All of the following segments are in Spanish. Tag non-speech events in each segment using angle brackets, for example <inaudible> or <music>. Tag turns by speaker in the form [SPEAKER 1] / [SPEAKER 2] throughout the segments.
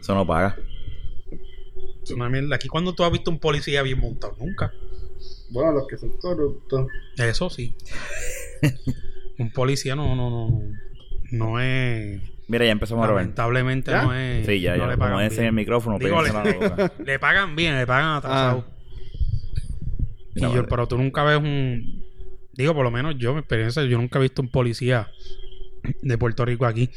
[SPEAKER 1] Eso no paga.
[SPEAKER 2] Es una mierda. Aquí cuando tú has visto un policía bien montado, nunca.
[SPEAKER 3] Bueno, los que son corruptos.
[SPEAKER 1] <laughs>
[SPEAKER 2] Eso sí. un policía no, no, no, no es.
[SPEAKER 1] Mira, ya empezamos a robar.
[SPEAKER 2] Lamentablemente
[SPEAKER 3] ¿Ya?
[SPEAKER 2] no es.
[SPEAKER 1] Sí, ya,
[SPEAKER 2] eh, no
[SPEAKER 1] ya.
[SPEAKER 2] le
[SPEAKER 1] Como
[SPEAKER 2] pagan
[SPEAKER 1] es en el
[SPEAKER 2] bien.
[SPEAKER 1] micrófono,
[SPEAKER 2] Digo,
[SPEAKER 1] péguenselo a la
[SPEAKER 2] <laughs>
[SPEAKER 1] boca.
[SPEAKER 2] Le pagan bien, le pagan atrasado.
[SPEAKER 1] Ah.
[SPEAKER 2] Y
[SPEAKER 1] Mira,
[SPEAKER 2] yo,
[SPEAKER 1] vale.
[SPEAKER 2] pero tú nunca ves un. Digo, por lo menos yo, mi experiencia, yo nunca he visto un policía de Puerto Rico aquí.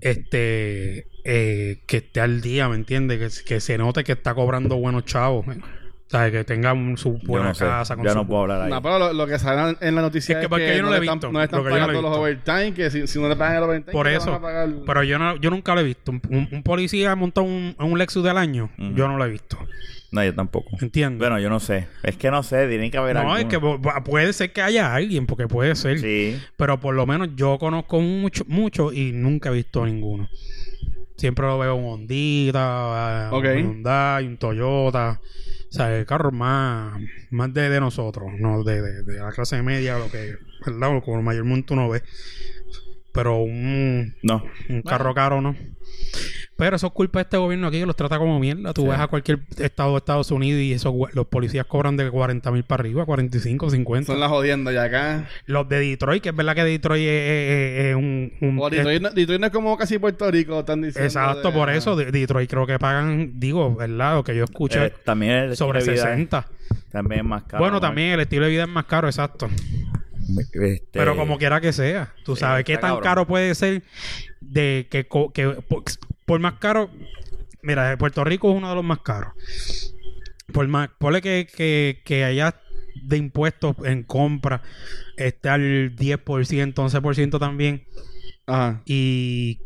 [SPEAKER 2] Este. eh, que esté al día, ¿me entiendes? Que, que se note que está cobrando buenos chavos. ¿me? O sea, que tenga un- su
[SPEAKER 1] Yo
[SPEAKER 2] buena
[SPEAKER 1] no sé.
[SPEAKER 2] casa. Con
[SPEAKER 1] Yo
[SPEAKER 2] su-
[SPEAKER 1] no puedo hablar ahí.
[SPEAKER 3] No, pero lo, lo que sale en la noticia
[SPEAKER 2] Es
[SPEAKER 3] es
[SPEAKER 2] que
[SPEAKER 3] que,
[SPEAKER 2] porque yo no
[SPEAKER 3] no,
[SPEAKER 2] lo he
[SPEAKER 3] le están,
[SPEAKER 2] visto,
[SPEAKER 3] no le están
[SPEAKER 2] porque yo no lo he
[SPEAKER 3] pagando los overtime, que si, si no le pagan el overtime,
[SPEAKER 2] Por
[SPEAKER 3] ¿qué le
[SPEAKER 2] eso,
[SPEAKER 3] van a pagar?
[SPEAKER 2] Pero yo, no, yo nunca lo he visto. Un, un- un policía montó un, un Lexus del año.
[SPEAKER 1] Ujú.
[SPEAKER 2] Yo no lo he visto.
[SPEAKER 1] No, yo tampoco.
[SPEAKER 2] ¿Entiendes?
[SPEAKER 1] Bueno, yo no sé. Es que no sé, tiene que haber
[SPEAKER 2] no,
[SPEAKER 1] alguno.
[SPEAKER 2] es que pu- pu- puede ser que haya alguien, porque puede ser.
[SPEAKER 1] Sí.
[SPEAKER 2] Pero por lo menos yo conozco mucho, mucho y nunca he visto ninguno. Siempre lo veo un Hondita,
[SPEAKER 3] Ok.
[SPEAKER 2] un Hyundai, un Toyota. O sea, el carro más, más de, de nosotros, no de, de- de la clase media, lo que, ¿verdad? Lo- Como mayormente uno ve. Pero un,
[SPEAKER 1] No.
[SPEAKER 2] un carro caro no. Pero eso es culpa de este gobierno aquí que los trata como mierda. Tú
[SPEAKER 1] Sí.
[SPEAKER 2] ves a cualquier estado de Estados Unidos y esos, gua- los policías cobran de 40 mil para arriba, 45, 50.
[SPEAKER 3] Son las jodiendas ya acá.
[SPEAKER 2] Los de Detroit, que es verdad que Detroit es, es- es- Mm, es un... un-
[SPEAKER 3] O Detroit, no, Detroit no es como casi Puerto Rico, están
[SPEAKER 2] es-
[SPEAKER 3] diciendo.
[SPEAKER 2] exacto,
[SPEAKER 3] de-
[SPEAKER 2] por eso de- Detroit creo que pagan, digo, ¿verdad? Lo que yo escuché,
[SPEAKER 1] Eh, también el estilo
[SPEAKER 2] sobre
[SPEAKER 1] de vida
[SPEAKER 2] 60.
[SPEAKER 1] es- También es más caro.
[SPEAKER 2] bueno, también el estilo de vida es más caro, exacto.
[SPEAKER 1] Este,
[SPEAKER 2] Pero como quiera que sea, tú
[SPEAKER 1] Sí,
[SPEAKER 2] sabes,
[SPEAKER 1] está
[SPEAKER 2] ¿qué tan
[SPEAKER 1] cabrón.
[SPEAKER 2] caro puede ser de que, co- que por, por más caro... Mira, Puerto Rico es uno de los más caros. Por más, ponle que, que, que allá de impuestos en compra está el 10%, 11% también.
[SPEAKER 3] Ajá.
[SPEAKER 2] y,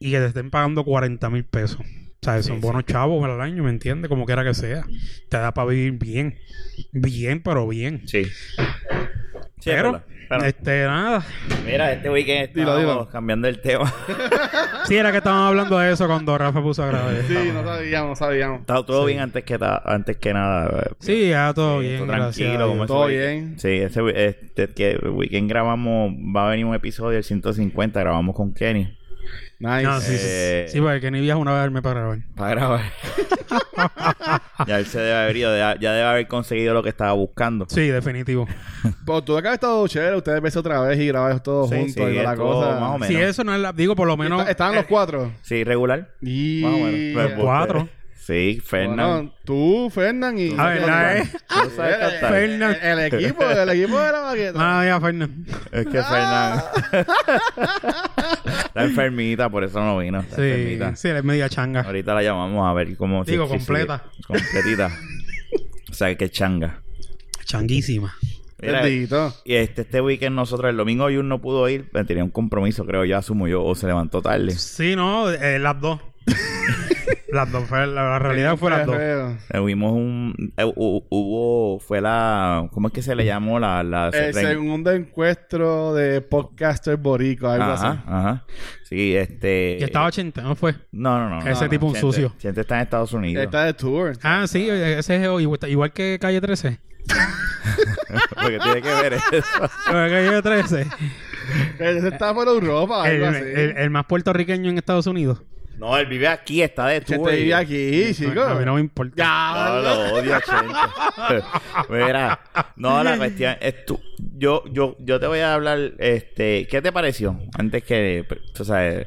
[SPEAKER 2] y que te estén pagando 40 mil pesos. O sea, son
[SPEAKER 1] sí.
[SPEAKER 2] buenos chavos al año, ¿me entiendes? Como quiera que sea. Te da para vivir bien. Bien, pero bien.
[SPEAKER 1] Sí. Sí, es
[SPEAKER 2] pero,
[SPEAKER 1] verdad. Pero,
[SPEAKER 2] este, nada.
[SPEAKER 1] mira, este weekend
[SPEAKER 3] Dilo,
[SPEAKER 1] estábamos
[SPEAKER 3] dilo.
[SPEAKER 1] cambiando el tema. <laughs>
[SPEAKER 2] Sí, era que estábamos hablando de eso cuando Rafa puso a grabar.
[SPEAKER 3] Sí, no sabíamos, no sabíamos.
[SPEAKER 1] Está todo bien antes que, ta- antes que nada. eh,
[SPEAKER 2] Sí, ya todo
[SPEAKER 1] Sí,
[SPEAKER 2] bien,
[SPEAKER 1] todo
[SPEAKER 2] gracias.
[SPEAKER 1] tranquilo,
[SPEAKER 2] a
[SPEAKER 1] como
[SPEAKER 2] Dios.
[SPEAKER 3] Todo
[SPEAKER 1] ese
[SPEAKER 3] bien.
[SPEAKER 1] weekend- Sí, ese we- este, que weekend grabamos, va a venir un episodio del 150, grabamos con Kenny
[SPEAKER 3] Nice.
[SPEAKER 2] No, sí, sí,
[SPEAKER 1] Eh.
[SPEAKER 2] sí, porque que ni viaja una vez me para grabar.
[SPEAKER 1] para grabar. <laughs> ya él se debe haber ido, ya, ya debe haber conseguido lo que estaba buscando.
[SPEAKER 2] Sí, definitivo.
[SPEAKER 3] Pero tú acá has estado chévere, ustedes ves otra vez y grabáis todos
[SPEAKER 1] Sí,
[SPEAKER 3] juntos
[SPEAKER 1] sí,
[SPEAKER 3] y toda la
[SPEAKER 1] estuvo
[SPEAKER 3] cosa.
[SPEAKER 1] más o menos.
[SPEAKER 2] Si eso no es la... Digo, por lo
[SPEAKER 3] Y
[SPEAKER 2] menos...
[SPEAKER 3] está- estaban los cuatro.
[SPEAKER 1] Sí, regular.
[SPEAKER 3] Y
[SPEAKER 1] Más o menos. Pues, pues,
[SPEAKER 2] Cuatro.
[SPEAKER 1] Sí, Fernando.
[SPEAKER 3] bueno, tú, Fernán y.
[SPEAKER 2] A ver, la E. es...
[SPEAKER 3] Ah,
[SPEAKER 1] Tú sabes cantar.
[SPEAKER 2] Fernan.
[SPEAKER 3] El equipo, el equipo de la baqueta.
[SPEAKER 2] Ah, ya, Fernan.
[SPEAKER 1] Es que Fernando <laughs> está enfermita, por eso no vino. Está
[SPEAKER 2] Sí,
[SPEAKER 1] enfermita.
[SPEAKER 2] sí, él es media changa.
[SPEAKER 1] Ahorita la llamamos a ver cómo... si-
[SPEAKER 2] Digo,
[SPEAKER 1] si- si-
[SPEAKER 2] completa. <laughs>
[SPEAKER 1] completita. o sea, que changa.
[SPEAKER 2] Changuísima.
[SPEAKER 1] Mira,
[SPEAKER 3] Bendito.
[SPEAKER 1] Y este, este weekend nosotros, el domingo Jun no pudo ir, eh, tenía un compromiso, creo yo, asumo yo, o se levantó tarde.
[SPEAKER 2] Sí, no, eh, las
[SPEAKER 3] <laughs>
[SPEAKER 2] dos. las dos, fue- la, la realidad fue las dos.
[SPEAKER 3] Perreo.
[SPEAKER 1] Eh, Hubimos un... eh, hu- hubo... Fue la... ¿Cómo es que se le llamó? La... la
[SPEAKER 3] El
[SPEAKER 1] se-
[SPEAKER 3] segundo Eh, encuentro de podcaster borico, algo
[SPEAKER 1] Ajá,
[SPEAKER 3] así.
[SPEAKER 1] ajá. Sí, este...
[SPEAKER 2] Y estaba 80, ¿no fue?
[SPEAKER 1] No, no, no. no,
[SPEAKER 2] Ese
[SPEAKER 1] no.
[SPEAKER 2] tipo un
[SPEAKER 1] Chente-
[SPEAKER 2] sucio.
[SPEAKER 1] Chente está en Estados Unidos.
[SPEAKER 3] Está de tour.
[SPEAKER 2] Ah, sí, eh, ese es igual, igual que Calle 13.
[SPEAKER 1] <laughs> Porque tiene que ver eso.
[SPEAKER 3] Ah.
[SPEAKER 2] Igual que Calle 13.
[SPEAKER 3] Ese está por Europa,
[SPEAKER 2] <laughs> el,
[SPEAKER 3] <laughs> algo así.
[SPEAKER 2] el- el más puertorriqueño en Estados Unidos.
[SPEAKER 1] No, él vive aquí, está de
[SPEAKER 3] que
[SPEAKER 1] tour.
[SPEAKER 3] te vive aquí,
[SPEAKER 2] A mí no
[SPEAKER 3] chicos.
[SPEAKER 2] me importa.
[SPEAKER 3] Ah,
[SPEAKER 1] No, lo odio, Chente. Mira, no, la cuestión es tú. Yo, yo, yo te voy a hablar, este, ¿qué te pareció? Antes que, pues, tú sabes,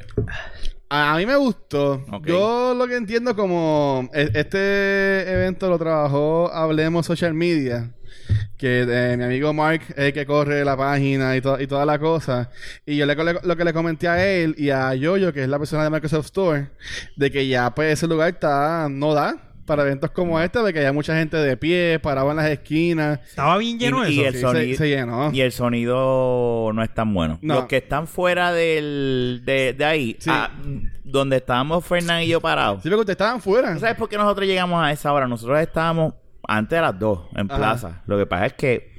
[SPEAKER 3] A mí me gustó.
[SPEAKER 1] Ok.
[SPEAKER 3] Yo lo que entiendo como e- este evento lo trabajó Hablemos Social Media, que eh, mi amigo Mark es el que corre la página y, to- y toda la cosa. Y yo le, le- lo que le comenté a él y a Yoyo, que es la persona de Microsoft Store, de que ya pues ese lugar está no da para eventos como este, de que hay mucha gente de pie, parado en las esquinas.
[SPEAKER 2] Estaba bien lleno
[SPEAKER 1] Y- y
[SPEAKER 2] eso.
[SPEAKER 1] El
[SPEAKER 3] Sí,
[SPEAKER 1] sonido-
[SPEAKER 3] se, se llenó.
[SPEAKER 1] y el sonido no es tan bueno.
[SPEAKER 3] No.
[SPEAKER 1] Los que están fuera del, de, de ahí,
[SPEAKER 3] Sí.
[SPEAKER 1] a- donde estábamos Fernán y yo parados.
[SPEAKER 3] Sí, porque ustedes estaban fuera.
[SPEAKER 1] ¿Tú ¿Sabes por qué nosotros llegamos a esa hora? Nosotros estábamos antes de las 2 en
[SPEAKER 3] Ajá.
[SPEAKER 1] plaza. Lo que pasa es que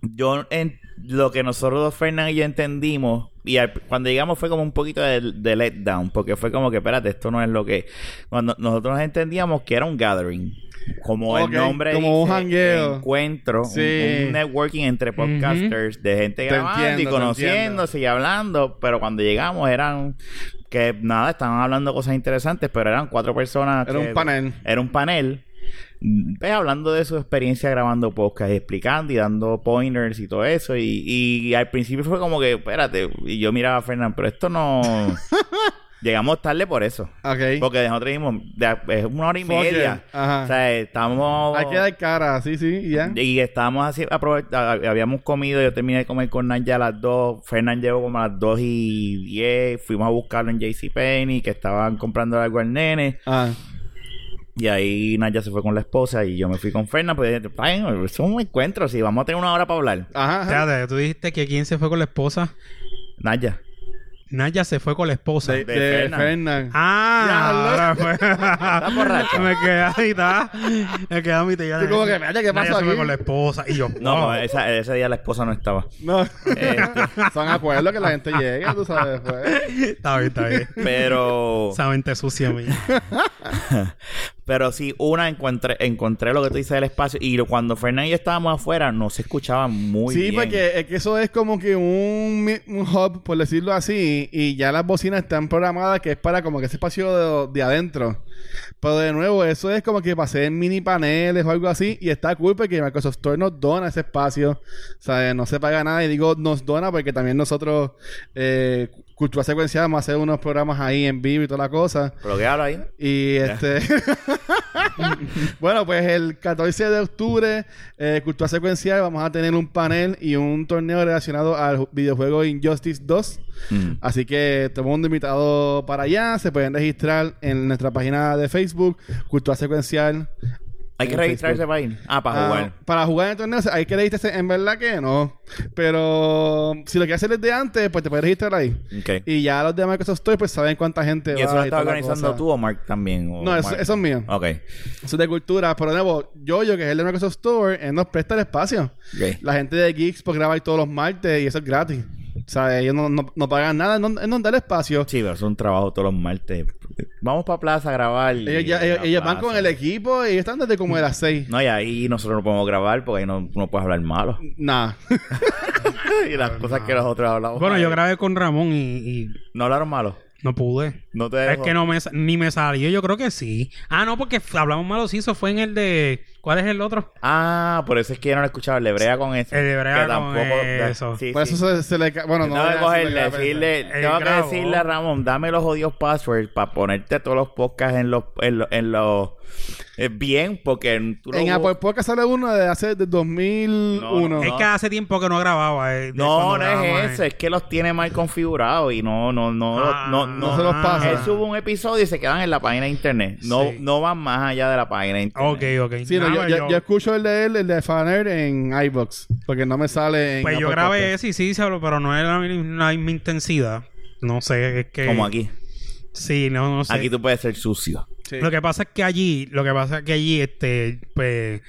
[SPEAKER 1] yo en lo que nosotros dos, Fernán y yo entendimos y al- cuando llegamos fue como un poquito de, de letdown, porque fue como que, espérate, esto no es lo que... Cuando nosotros entendíamos que era un gathering, como
[SPEAKER 3] Ok,
[SPEAKER 1] el nombre
[SPEAKER 3] como un
[SPEAKER 1] dice,
[SPEAKER 3] jangueo.
[SPEAKER 1] encuentro, un-
[SPEAKER 3] Sí.
[SPEAKER 1] un, networking entre podcasters de gente
[SPEAKER 3] Te
[SPEAKER 1] grabando y
[SPEAKER 3] entiendo, te
[SPEAKER 1] conociéndose y hablando, pero cuando llegamos eran que nada, estaban hablando cosas interesantes, pero eran cuatro personas.
[SPEAKER 3] Era
[SPEAKER 1] que-
[SPEAKER 3] un panel.
[SPEAKER 1] Era un panel. mm, Pues hablando de su experiencia grabando podcast, explicando y dando pointers y todo eso. Y, y al principio fue como que, espérate, y yo miraba a Fernán, pero esto
[SPEAKER 3] <laughs>
[SPEAKER 1] no. Llegamos tarde por eso.
[SPEAKER 3] Ok.
[SPEAKER 1] Porque nosotros dijimos, "Da- es una hora y
[SPEAKER 3] Fuck
[SPEAKER 1] media.
[SPEAKER 3] it. Ajá.
[SPEAKER 1] O sea, estamos.
[SPEAKER 3] Hay que dar cara, sí, sí, y ya.
[SPEAKER 1] Y estábamos así, aprove- a- a- habíamos comido, yo terminé de comer con Nan ya a las 2, Fernán llegó como a las 2 y 10, fuimos a buscarlo en JCPenney, que estaban comprando algo al nene,
[SPEAKER 3] Ah,
[SPEAKER 1] y ahí Nan ya se fue con la esposa y yo me fui con Fernán, pues dije, "Fine, eso es un encuentro, si vamos a tener una hora para hablar.
[SPEAKER 3] ajá, ajá.
[SPEAKER 2] Espérate, tú dijiste que quién se fue con la esposa.
[SPEAKER 1] Naya.
[SPEAKER 2] Naya se fue con la esposa.
[SPEAKER 3] De,
[SPEAKER 1] de
[SPEAKER 3] de
[SPEAKER 1] Fernan.
[SPEAKER 3] Fernan.
[SPEAKER 2] Ah, ahora fue.
[SPEAKER 1] <laughs> borracho.
[SPEAKER 2] Me quedé a mitad. Me quedé a mitad. y yo-
[SPEAKER 3] Tú como que, espérate, ¿qué
[SPEAKER 2] Naya
[SPEAKER 3] pasó
[SPEAKER 2] se fue
[SPEAKER 3] aquí?
[SPEAKER 2] con la esposa. Y yo,
[SPEAKER 1] No, pues,
[SPEAKER 2] no.
[SPEAKER 1] esa- ese día la esposa no estaba.
[SPEAKER 3] No.
[SPEAKER 1] Este,
[SPEAKER 3] <laughs> Son acuerdos que la gente llega, tú sabes. Pues.
[SPEAKER 2] Está bien, está bien. <laughs>
[SPEAKER 1] pero...
[SPEAKER 2] Esa mente sucia
[SPEAKER 1] <laughs>
[SPEAKER 2] mía.
[SPEAKER 1] Pero sí, una encontré, encontré lo que tú dices del espacio. Y lo- cuando Fernández y yo estábamos afuera, no se escuchaba muy
[SPEAKER 3] Sí,
[SPEAKER 1] bien.
[SPEAKER 3] porque es que eso es como que un, mi- un hub, por decirlo así, y ya las bocinas están programadas que es para como que ese espacio de, de adentro. Pero de nuevo, eso es como que para hacer mini paneles o algo así, y está cool porque Microsoft Store nos dona ese espacio, o sea, no se paga nada, y digo nos dona porque también nosotros, eh, Cultura Secuencial, vamos a hacer unos programas ahí en vivo y toda la cosa.
[SPEAKER 1] Pero que habla ahí.
[SPEAKER 3] Y este. <laughs> bueno, pues el 14 de octubre, eh, Cultura Secuencial, vamos a tener un panel y un torneo relacionado al ju- videojuego Injustice 2.
[SPEAKER 1] Mm.
[SPEAKER 3] Así que todo el mundo invitado para allá. Se pueden registrar en nuestra página de Facebook, Cultura Secuencial.
[SPEAKER 1] Hay que
[SPEAKER 3] en
[SPEAKER 1] registrarse
[SPEAKER 3] Facebook.
[SPEAKER 1] para ir. Ah, para
[SPEAKER 3] Ah,
[SPEAKER 1] jugar.
[SPEAKER 3] para jugar en el torneo, o sea, hay que registrarse. En verdad que no. Pero si lo quieres hacer desde antes, pues te puedes registrar ahí.
[SPEAKER 1] Ok.
[SPEAKER 3] Y ya los de Microsoft Store, pues saben cuánta gente
[SPEAKER 1] ¿Y eso
[SPEAKER 3] va
[SPEAKER 1] lo
[SPEAKER 3] y
[SPEAKER 1] estás
[SPEAKER 3] toda la
[SPEAKER 1] organizando
[SPEAKER 3] cosa.
[SPEAKER 1] tú Oh, Ah, o Mark también? O
[SPEAKER 3] No, eso,
[SPEAKER 1] Mark?
[SPEAKER 3] eso es mío.
[SPEAKER 1] Ok.
[SPEAKER 3] Eso es de cultura, pero de nuevo, Yoyo, que es el de Microsoft Store, él nos presta el espacio.
[SPEAKER 1] Ok.
[SPEAKER 3] La gente de Geeks pues graba ahí todos los martes y eso es gratis. O sea, ellos no, no- no pagan nada, no, él nos da el espacio.
[SPEAKER 1] Sí, pero es un trabajo todos los martes. Vamos para plaza a grabar. y-
[SPEAKER 3] Ellos, ya- ellos-
[SPEAKER 1] la
[SPEAKER 3] ellos van
[SPEAKER 1] plaza.
[SPEAKER 3] con el equipo y están desde como de las 6.
[SPEAKER 1] No, y ahí nosotros no podemos grabar porque ahí no, no puedes hablar
[SPEAKER 3] <laughs>
[SPEAKER 1] malo.
[SPEAKER 3] Nada.
[SPEAKER 1] y las cosas que nosotros hablamos.
[SPEAKER 2] Bueno, yo
[SPEAKER 1] ahí.
[SPEAKER 2] grabé con Ramón y, y
[SPEAKER 1] ¿No hablaron malo?
[SPEAKER 2] no pude.
[SPEAKER 1] No te
[SPEAKER 2] Es
[SPEAKER 1] dejó?
[SPEAKER 2] que no me, sa- ni me salió, yo creo que sí. Ah, no, porque f- hablamos malo, sí, eso fue en el de. ¿Cuál es el otro?
[SPEAKER 1] Ah, por eso es que yo no lo escuchaba. El de Brea con eso.
[SPEAKER 2] El de Brea
[SPEAKER 1] Que
[SPEAKER 2] con eso.
[SPEAKER 1] Sí,
[SPEAKER 3] <laughs> Por
[SPEAKER 1] sí.
[SPEAKER 3] eso se, se le... ca- Bueno, no.
[SPEAKER 1] Tengo que
[SPEAKER 3] voy a decir
[SPEAKER 1] cogerle,
[SPEAKER 3] lo que
[SPEAKER 1] decirle,
[SPEAKER 2] pensar.
[SPEAKER 1] tengo
[SPEAKER 2] El
[SPEAKER 1] que
[SPEAKER 2] grabo.
[SPEAKER 1] decirle a Ramón, dame los odios passwords para ponerte todos los podcasts en los, en los, en los- eh, bien, porque tú
[SPEAKER 3] pensé.
[SPEAKER 1] lo
[SPEAKER 3] En
[SPEAKER 1] bu-
[SPEAKER 3] Apple Podcast sale uno de hace de 2001.
[SPEAKER 1] No,
[SPEAKER 2] Es que hace tiempo que no grababa. eh, de
[SPEAKER 1] No,
[SPEAKER 2] cuando
[SPEAKER 1] no
[SPEAKER 2] grabamos,
[SPEAKER 1] es eso,
[SPEAKER 2] eh.
[SPEAKER 1] es que los tiene mal configurados y no, no, no,
[SPEAKER 2] Ah,
[SPEAKER 1] no, no,
[SPEAKER 3] no se los pasa.
[SPEAKER 1] Él sube un episodio y se quedan en la página de internet. No,
[SPEAKER 2] Sí.
[SPEAKER 1] no van más allá de la página de internet.
[SPEAKER 2] Ok, ok.
[SPEAKER 3] Sí, no,
[SPEAKER 2] Nada,
[SPEAKER 3] yo,
[SPEAKER 2] pues
[SPEAKER 3] yo- yo escucho el de él, el de Faner en iBox, porque no me sale en
[SPEAKER 2] Pues yo
[SPEAKER 3] Apple
[SPEAKER 2] grabé
[SPEAKER 3] Podcast.
[SPEAKER 2] ese y sí, se habló, pero no era la, misma- la misma intensidad. No sé, es que.
[SPEAKER 1] Como aquí.
[SPEAKER 2] Sí, no, no sé.
[SPEAKER 1] Aquí tú puedes ser sucio.
[SPEAKER 3] Sí.
[SPEAKER 2] Lo que pasa es que allí, lo que pasa es que allí, este, pues,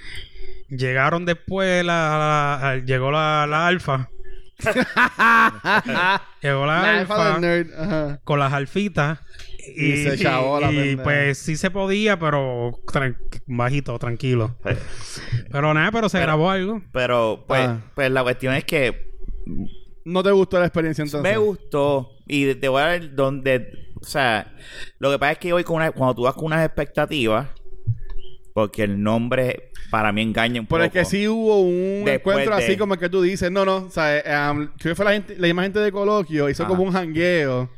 [SPEAKER 2] llegaron después la, la- llegó la, la alfa.
[SPEAKER 3] <laughs>
[SPEAKER 2] llegó la,
[SPEAKER 3] La
[SPEAKER 2] alfa,
[SPEAKER 3] alfa del nerd. Ajá.
[SPEAKER 2] con las alfitas. Y,
[SPEAKER 3] Y se chavó la
[SPEAKER 2] y,
[SPEAKER 3] pendeja.
[SPEAKER 2] pues sí se podía, pero tran- bajito, tranquilo.
[SPEAKER 3] <laughs>
[SPEAKER 2] Pero nada, pero se grabó algo.
[SPEAKER 1] Pero, pues,
[SPEAKER 3] Ah.
[SPEAKER 1] pues la cuestión es que
[SPEAKER 3] ¿No te gustó la experiencia entonces?
[SPEAKER 1] Me gustó. Y de- te voy a ver donde. O sea, lo que pasa es que hoy con una- cuando tú vas con unas expectativas, porque el nombre para mí engaña un poco.
[SPEAKER 3] Pero es que sí hubo un
[SPEAKER 1] Después
[SPEAKER 3] encuentro
[SPEAKER 1] de-
[SPEAKER 3] así como el que tú dices, no, no, o sea, eh, um, creo que fue la, gente, la misma gente de Coloquio, hizo
[SPEAKER 1] Ajá.
[SPEAKER 3] como un jangueo,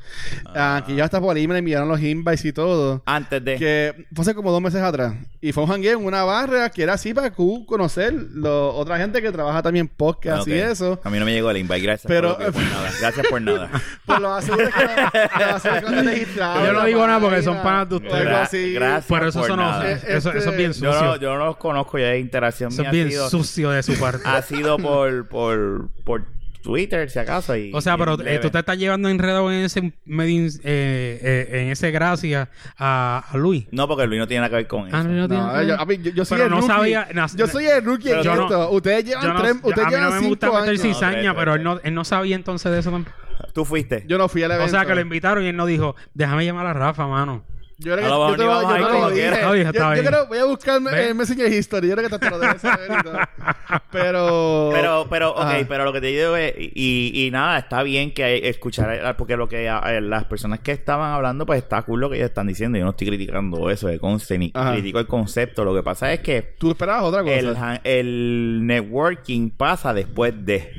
[SPEAKER 3] ah, que ya hasta por ahí me enviaron los invites y todo,
[SPEAKER 1] Antes de.
[SPEAKER 3] que fue hace como dos meses atrás, y fue un jangueo en una barra que era así para tú conocer lo- otra gente que trabaja también podcast
[SPEAKER 1] Ah, ok.
[SPEAKER 3] y eso,
[SPEAKER 1] A mí no me llegó el invite. Gracias
[SPEAKER 3] Pero-
[SPEAKER 1] por, por nada. Gracias por
[SPEAKER 3] <laughs>
[SPEAKER 1] nada.
[SPEAKER 3] pues lo aseguro que no, lo aseguro que no te registraron
[SPEAKER 2] <laughs> Yo no
[SPEAKER 3] la
[SPEAKER 2] digo nada porque
[SPEAKER 3] página,
[SPEAKER 2] son panas de
[SPEAKER 3] o algo
[SPEAKER 2] ustedes. Gra-
[SPEAKER 3] así.
[SPEAKER 1] gracias.
[SPEAKER 2] Pero eso,
[SPEAKER 1] por
[SPEAKER 2] eso no,
[SPEAKER 1] nada.
[SPEAKER 2] eso, eso es bien
[SPEAKER 1] Yo
[SPEAKER 2] sucio.
[SPEAKER 1] no, yo no los conozco ya de interacción.
[SPEAKER 2] eso
[SPEAKER 1] mía
[SPEAKER 2] es
[SPEAKER 1] ha
[SPEAKER 2] bien
[SPEAKER 1] sido-
[SPEAKER 2] sucio de su parte.
[SPEAKER 1] ha sido por, por, por Twitter, si acaso. Y,
[SPEAKER 2] O sea,
[SPEAKER 1] y
[SPEAKER 2] pero
[SPEAKER 1] leve.
[SPEAKER 2] eh, tú te estás llevando enredado en ese medio, in- eh, eh, en ese gracias a, a Luis.
[SPEAKER 1] No, porque Luis no tiene nada que ver con eso.
[SPEAKER 2] Ah, no, no tiene
[SPEAKER 3] No, eh,
[SPEAKER 2] nada.
[SPEAKER 3] yo, a mí- yo- yo soy
[SPEAKER 2] Pero
[SPEAKER 3] el
[SPEAKER 2] no
[SPEAKER 3] rookie.
[SPEAKER 2] sabía- no,
[SPEAKER 3] yo soy el rookie en
[SPEAKER 1] Pero yo no-
[SPEAKER 3] esto. ustedes llevan
[SPEAKER 2] Yo no-
[SPEAKER 3] tres,
[SPEAKER 2] yo-
[SPEAKER 3] ustedes
[SPEAKER 2] a mí
[SPEAKER 3] llevan
[SPEAKER 2] no me gusta
[SPEAKER 3] cinco
[SPEAKER 2] meter
[SPEAKER 3] años.
[SPEAKER 1] sin-
[SPEAKER 2] cizaña,
[SPEAKER 1] No,
[SPEAKER 2] pero él
[SPEAKER 1] tres,
[SPEAKER 2] no, él no sabía entonces de eso tampoco.
[SPEAKER 1] Tú fuiste.
[SPEAKER 3] Yo no fui al evento.
[SPEAKER 2] O sea, que lo invitaron y él no dijo, déjame llamar a Rafa, mano.
[SPEAKER 3] Yo creo que
[SPEAKER 1] A lo
[SPEAKER 3] yo
[SPEAKER 1] mejor
[SPEAKER 3] te lo- yo
[SPEAKER 1] íbamos
[SPEAKER 3] te
[SPEAKER 1] ahí como
[SPEAKER 3] lo dije.
[SPEAKER 1] quiera.
[SPEAKER 2] Está bien, está
[SPEAKER 3] Yo, yo
[SPEAKER 2] bien.
[SPEAKER 3] creo, voy a buscar
[SPEAKER 2] Ve.
[SPEAKER 3] en Messenger History. Yo creo que te lo debes saber y todo.
[SPEAKER 2] <laughs>
[SPEAKER 3] Pero.
[SPEAKER 1] Pero, pero, ok,
[SPEAKER 3] Ajá.
[SPEAKER 1] pero lo que te digo es, y, y nada, está bien que hay- escuchar, eh, porque lo que eh, las personas que estaban hablando, pues está cool lo que ellos están diciendo. Yo no estoy criticando eso de conste, ni
[SPEAKER 3] Ajá.
[SPEAKER 1] critico el concepto. Lo que pasa es que
[SPEAKER 3] Tú esperabas otra cosa.
[SPEAKER 1] el, han- el networking pasa después de.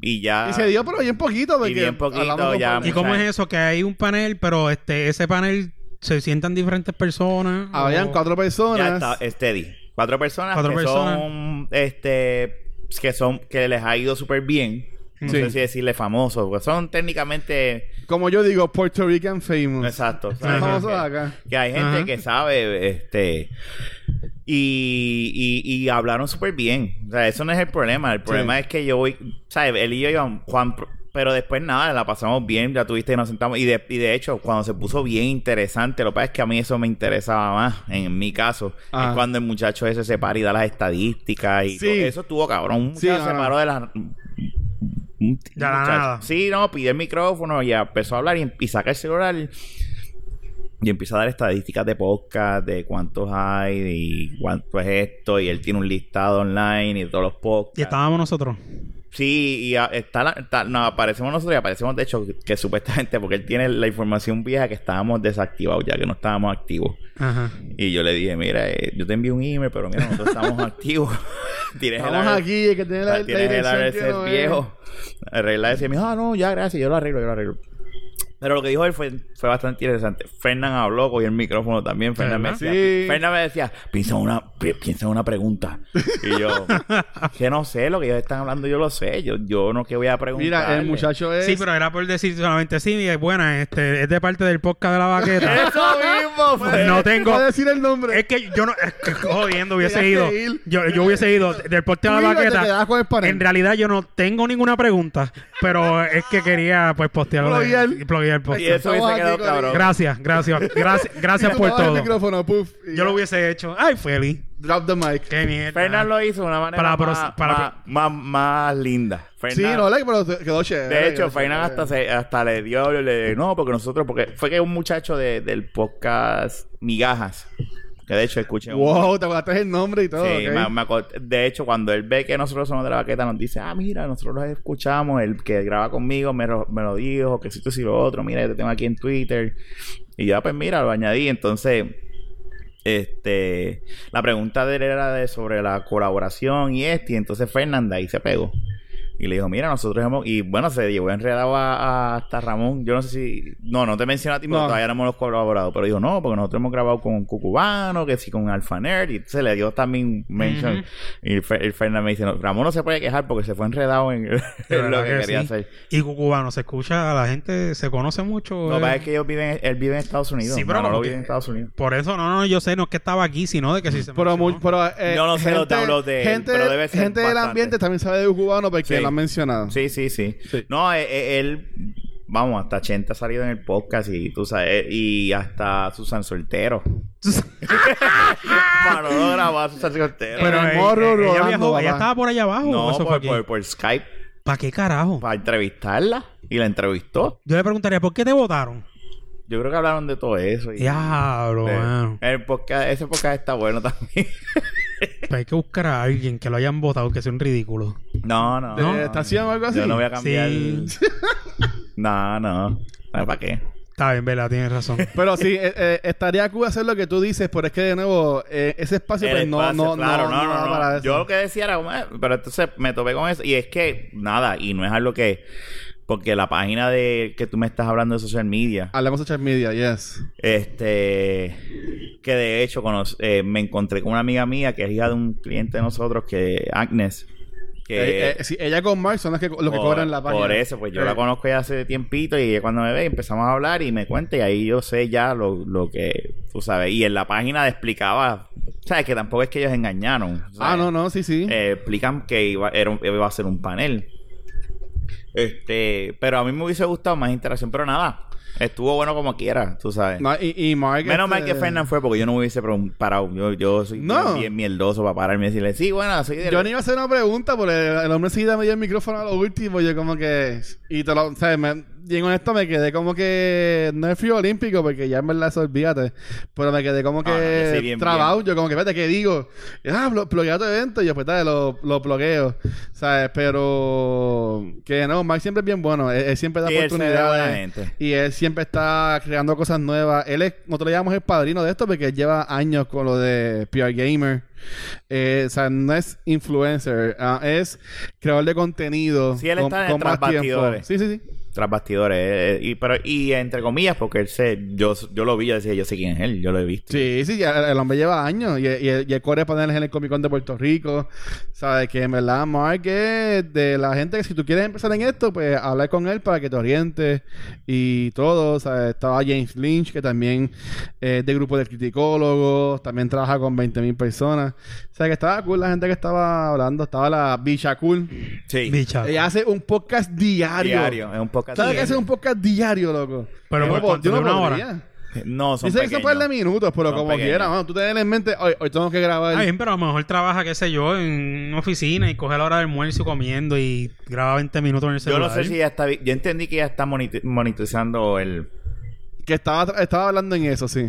[SPEAKER 1] Y ya.
[SPEAKER 3] Y se dio, pero bien poquito. Porque
[SPEAKER 1] bien poquito,
[SPEAKER 3] hablamos con
[SPEAKER 1] ya,
[SPEAKER 3] Pablo.
[SPEAKER 2] ¿Y
[SPEAKER 1] mucho-
[SPEAKER 2] cómo es eso? Que hay un panel, pero este ese panel se sientan diferentes personas.
[SPEAKER 3] Habían
[SPEAKER 2] o-
[SPEAKER 3] cuatro personas.
[SPEAKER 1] Ya está, eh. steady. Cuatro personas
[SPEAKER 2] Cuatro
[SPEAKER 1] que
[SPEAKER 2] personas.
[SPEAKER 1] son, este, que son, que les ha ido súper bien. No
[SPEAKER 3] Sí.
[SPEAKER 1] sé si decirle famosos, porque son técnicamente,
[SPEAKER 3] Como yo digo, Puerto Rican famous.
[SPEAKER 1] exacto. O sea,
[SPEAKER 3] Son
[SPEAKER 2] Ajá.
[SPEAKER 3] famosos
[SPEAKER 1] que-
[SPEAKER 3] acá.
[SPEAKER 1] que hay gente
[SPEAKER 2] Ajá.
[SPEAKER 1] que sabe, este, y, y, y hablaron súper bien. O sea, eso no es el problema. El problema es que yo voy, ¿sabes? Él y yo íbamos, Juan, pero después nada, la pasamos bien, ya tuviste y nos sentamos. Y de, y de hecho, cuando se puso bien interesante, lo que pasa es que a mí eso me interesaba más, en mi caso.
[SPEAKER 3] Ajá.
[SPEAKER 1] Es cuando el muchacho ese se para y da las estadísticas y
[SPEAKER 3] Ah. Sí.
[SPEAKER 1] todo. eso estuvo cabrón. Un
[SPEAKER 3] Sí,
[SPEAKER 1] muchacho
[SPEAKER 3] no,
[SPEAKER 1] se
[SPEAKER 3] no.
[SPEAKER 1] paró de las un
[SPEAKER 2] De la
[SPEAKER 1] muchacho.
[SPEAKER 2] nada.
[SPEAKER 1] Sí, no, pidió el micrófono y empezó a hablar y, y saca el celular y empieza a dar estadísticas de podcast, de cuántos hay, y cuánto es esto, y él tiene un listado online y de todos los podcasts.
[SPEAKER 2] Y estábamos nosotros.
[SPEAKER 1] Sí, y a- está, la- está- no, aparecemos nosotros y aparecemos, de hecho, que, que supuestamente, porque él tiene la información vieja que estábamos desactivados ya que no estábamos activos.
[SPEAKER 2] Ajá.
[SPEAKER 1] Y yo le dije, mira, eh, yo te envié un email, pero mira, nosotros estamos <laughs> activos. Tienes el
[SPEAKER 3] Estamos
[SPEAKER 1] ar-
[SPEAKER 3] aquí, el que tiene la, la
[SPEAKER 1] tienes el
[SPEAKER 3] dirección eh. que
[SPEAKER 1] ARC
[SPEAKER 3] no es.
[SPEAKER 1] viejo. Arregla ese. Y me dijo, ah, no, ya, gracias, yo lo arreglo, yo lo arreglo. Pero lo que dijo él fue, fue bastante interesante. Fernán habló con el micrófono también. Fernán me,
[SPEAKER 2] ¿Verdad?
[SPEAKER 1] decía,
[SPEAKER 3] Sí.
[SPEAKER 1] Fernan me decía, piensa en una, pi- piensa en una pregunta. Y
[SPEAKER 3] <laughs>
[SPEAKER 1] yo, que no sé, lo que ellos están hablando, yo lo sé. Yo, yo no que voy a preguntar.
[SPEAKER 3] Mira, el muchacho es.
[SPEAKER 2] Sí, pero era por decir solamente sí, y es buena, este, es de parte del podcast de la
[SPEAKER 3] <laughs>
[SPEAKER 1] <laughs>
[SPEAKER 2] vaqueta.
[SPEAKER 1] Eso mismo
[SPEAKER 3] Pues,
[SPEAKER 1] fue.
[SPEAKER 2] no tengo.
[SPEAKER 3] Voy a decir el nombre.
[SPEAKER 2] Es que yo no. Es que, jodiendo, hubiese ido.
[SPEAKER 3] Tenías que ir.
[SPEAKER 2] Yo, yo hubiese ido del podcast de
[SPEAKER 3] Tú
[SPEAKER 2] la
[SPEAKER 3] ibas, te quedabas con el
[SPEAKER 2] vaqueta.
[SPEAKER 3] panel.
[SPEAKER 2] En realidad, yo no tengo ninguna pregunta, pero es que quería, pues, postearlo. de-
[SPEAKER 3] Bloguear.
[SPEAKER 2] y Bloguear el
[SPEAKER 1] Y
[SPEAKER 2] podcast.
[SPEAKER 1] eso hubiese
[SPEAKER 3] Estamos
[SPEAKER 1] quedado
[SPEAKER 3] aquí con
[SPEAKER 1] cabrón.
[SPEAKER 2] Gracias, gracias,
[SPEAKER 3] <laughs>
[SPEAKER 2] gracias, gracias
[SPEAKER 3] Tú
[SPEAKER 2] por
[SPEAKER 3] dabas el
[SPEAKER 2] todo.
[SPEAKER 3] micrófono, puff, y
[SPEAKER 2] Yo lo hubiese hecho. Ay, Feli.
[SPEAKER 3] Drop the mic.
[SPEAKER 2] Qué mierda.
[SPEAKER 1] Fernán lo hizo de una manera
[SPEAKER 2] Para
[SPEAKER 1] más,
[SPEAKER 2] pro- para-
[SPEAKER 1] más, más- más linda.
[SPEAKER 3] Sí,
[SPEAKER 1] Fernan-
[SPEAKER 3] no, like, pero quedó chévere.
[SPEAKER 1] De
[SPEAKER 3] quedó
[SPEAKER 1] hecho, Fainan
[SPEAKER 3] chévere.
[SPEAKER 1] hasta, se, hasta le dio, le- no, porque nosotros, porque fue que un muchacho de- del podcast Migajas, que de hecho escuché un-
[SPEAKER 3] Wow, te acordaste el nombre y todo.
[SPEAKER 1] Sí,
[SPEAKER 3] ok.
[SPEAKER 1] me- me acor- de hecho, cuando él ve que nosotros somos de la vaqueta, nos dice, ah, mira, nosotros los escuchamos, el que graba conmigo me, lo- me lo dijo, que si tú si lo otro, mira, yo te tengo aquí en Twitter. Y ya, pues mira, lo añadí. Entonces, este, la pregunta de él era de, sobre la colaboración y este, y entonces Fernanda ahí se pegó. Y le dijo, mira, nosotros hemos... Y bueno, se llevó enredado a, a- hasta Ramón. Yo no sé si... No, no te mencioné a ti porque
[SPEAKER 3] No.
[SPEAKER 1] todavía no hemos colaborado. Pero dijo, no, porque nosotros hemos grabado con Cucubano, que sí, con Alfa Nerd. Y se le dio también mention.
[SPEAKER 2] Ujú.
[SPEAKER 1] Y Fer- el Fernández me dice, no, Ramón no se puede quejar porque se fue enredado en, <laughs> en
[SPEAKER 2] De verdad
[SPEAKER 1] lo que,
[SPEAKER 2] que
[SPEAKER 1] quería
[SPEAKER 2] sí.
[SPEAKER 1] hacer.
[SPEAKER 2] Y cubano, se escucha, la gente se conoce mucho.
[SPEAKER 1] Lo que
[SPEAKER 2] eh.
[SPEAKER 1] pasa es que ellos viven, él vive en Estados Unidos.
[SPEAKER 2] Sí, pero
[SPEAKER 1] Manolo
[SPEAKER 2] como
[SPEAKER 1] vive
[SPEAKER 2] que-
[SPEAKER 1] en Estados Unidos.
[SPEAKER 2] Por eso, no, no, yo sé, no es que estaba aquí, sino de que si se
[SPEAKER 3] Pero, muy,
[SPEAKER 2] mencionó.
[SPEAKER 3] pero eh,
[SPEAKER 1] Yo no sé los downloads de él,
[SPEAKER 3] gente,
[SPEAKER 1] pero debe ser
[SPEAKER 3] gente del
[SPEAKER 1] bastante.
[SPEAKER 3] ambiente también sabe de cubano
[SPEAKER 1] Sí.
[SPEAKER 3] porque lo han mencionado.
[SPEAKER 1] Sí, sí, sí.
[SPEAKER 3] Sí.
[SPEAKER 1] No, eh, eh, él, vamos, hasta 80 ha salido en el podcast y tú sabes, y hasta Susan
[SPEAKER 3] <laughs>
[SPEAKER 1] Soltero. Para no grabó a Susan Soltero.
[SPEAKER 2] Pero
[SPEAKER 3] El
[SPEAKER 2] eh,
[SPEAKER 3] morro
[SPEAKER 2] eh, ella,
[SPEAKER 3] rodando,
[SPEAKER 2] viajó,
[SPEAKER 3] papá.
[SPEAKER 2] ella estaba por allá abajo.
[SPEAKER 1] no, pues,
[SPEAKER 2] eso
[SPEAKER 1] por,
[SPEAKER 2] fue
[SPEAKER 1] por- por Skype,
[SPEAKER 2] ¿Para qué carajo?
[SPEAKER 1] para entrevistarla. Y la entrevistó.
[SPEAKER 2] Yo le preguntaría, ¿por qué te votaron?
[SPEAKER 1] Yo creo que hablaron de todo eso. Y,
[SPEAKER 2] Diablo,
[SPEAKER 1] Eh,
[SPEAKER 2] mano.
[SPEAKER 1] el podcast, ese podcast está bueno también. <laughs>
[SPEAKER 2] Pero Pues Hay que buscar a alguien que lo hayan votado, que sea un ridículo.
[SPEAKER 1] no, no.
[SPEAKER 3] ¿De estación o algo así?
[SPEAKER 1] Yo no voy a cambiar.
[SPEAKER 2] Sí.
[SPEAKER 1] No, no. No, ¿Para qué?
[SPEAKER 2] Está bien, Vela, tienes razón.
[SPEAKER 3] Pero sí, eh, eh, estaría cool hacer lo que tú dices, pero es que de nuevo, eh, ese espacio,
[SPEAKER 1] El
[SPEAKER 3] pues, no,
[SPEAKER 1] espacio,
[SPEAKER 3] no,
[SPEAKER 1] claro,
[SPEAKER 3] no, no, da para eso.
[SPEAKER 1] Yo lo que decía era, "Bueno, pero entonces me topé con eso. Y es que, nada, y no es algo que. Porque la página de que tú me estás hablando de social media,
[SPEAKER 3] Hablemos de social media, yes.
[SPEAKER 1] este. Que de hecho conoc- eh, me encontré con una amiga mía que es hija de un cliente de nosotros, que Agnes. Que,
[SPEAKER 3] Eh, eh, sí, ella con Mark son las que, los que cobran la página.
[SPEAKER 1] Por eso, pues yo
[SPEAKER 3] Eh,
[SPEAKER 1] la conozco ya hace tiempito y ella cuando me ve empezamos a hablar y me cuenta y ahí yo sé ya lo, lo que tú sabes. Y en la página explicaba, sabes que tampoco es que ellos engañaron.
[SPEAKER 3] Ah,
[SPEAKER 1] ¿sabes?
[SPEAKER 3] no, no, sí, sí.
[SPEAKER 1] Eh, explican que iba, era un- iba a ser un panel. Este, pero a mí me hubiese gustado más interacción, pero nada. Estuvo bueno como quiera, tú sabes.
[SPEAKER 3] No, y, y Mark.
[SPEAKER 1] Menos
[SPEAKER 3] este-
[SPEAKER 1] mal que Fernan fue porque yo no me hubiese pregun- parado. Yo, yo soy
[SPEAKER 3] No.
[SPEAKER 1] bien mierdoso para pararme y decirle, sí, bueno, soy de...
[SPEAKER 3] Yo ni iba a hacer una pregunta, porque el hombre enseguida me dio el micrófono a lo último. y Yo, como que. Y te lo. ¿Sabes? Me, bien honesto, me quedé como que. No es frío olímpico, porque ya en verdad eso olvídate. Pero me quedé como que.
[SPEAKER 1] Ah, no, yo sí, bien,
[SPEAKER 3] trabado. Yo, como que, espérate, ¿qué digo? Y, ah, blo bloquea tu evento. Y yo, pues, dale, lo, lo bloqueo. ¿Sabes? Pero. Que no, Mark siempre es bien bueno. Él, él siempre da
[SPEAKER 1] Sí, él se ve buena
[SPEAKER 3] oportunidades.
[SPEAKER 1] gente.
[SPEAKER 3] Y él siempre está creando cosas nuevas. Él es, nosotros le llamamos el padrino de esto porque él lleva años con lo de PR Gamer. Eh, o sea, no es influencer, ah, es creador de contenido.
[SPEAKER 1] Sí, él está detrás bastidores.
[SPEAKER 3] Sí, sí, sí.
[SPEAKER 1] Tras bastidores. eh, eh, y, pero, y entre comillas, porque él se... Yo, yo lo vi, yo decía, yo sé quién es él, yo lo he visto.
[SPEAKER 3] Sí, sí, ya el, el hombre lleva años. Y, y, y el core paneles en el Comic Con de Puerto Rico. ¿Sabes? Que en verdad, Mark es de la gente que si tú quieres empezar en esto, pues hablar con él para que te oriente y todo. ¿Sabes? Estaba James Lynch, que también es de grupo de criticólogos, también trabaja con 20.000 personas. O sea, que estaba cool la gente que estaba hablando. Estaba la Bicha Cool.
[SPEAKER 1] Sí.
[SPEAKER 2] Bicha.
[SPEAKER 3] Ella hace un podcast diario.
[SPEAKER 1] Diario. Es un podcast.
[SPEAKER 3] ¿Sabes que
[SPEAKER 1] diario.
[SPEAKER 3] hace un podcast diario, loco?
[SPEAKER 2] Pero
[SPEAKER 3] Yo
[SPEAKER 2] por
[SPEAKER 3] po-
[SPEAKER 2] cuánto,
[SPEAKER 3] yo
[SPEAKER 2] ¿de una
[SPEAKER 3] podría.
[SPEAKER 1] No, son
[SPEAKER 3] Dice que son par de
[SPEAKER 1] pequeños.
[SPEAKER 3] minutos, pero
[SPEAKER 1] Son
[SPEAKER 3] como
[SPEAKER 1] pequeños.
[SPEAKER 3] quiera, mano. Tú tenés en mente, hoy, hoy tengo que grabar.
[SPEAKER 2] Ah, bien, pero a lo mejor trabaja, qué sé yo, en una oficina y coge la hora del almuerzo comiendo y graba 20 minutos en el
[SPEAKER 1] Yo
[SPEAKER 2] celular.
[SPEAKER 1] no sé si ya está... vi- Yo entendí que ya está monit- monetizando el...
[SPEAKER 3] Que estaba, tra- estaba hablando en eso, sí.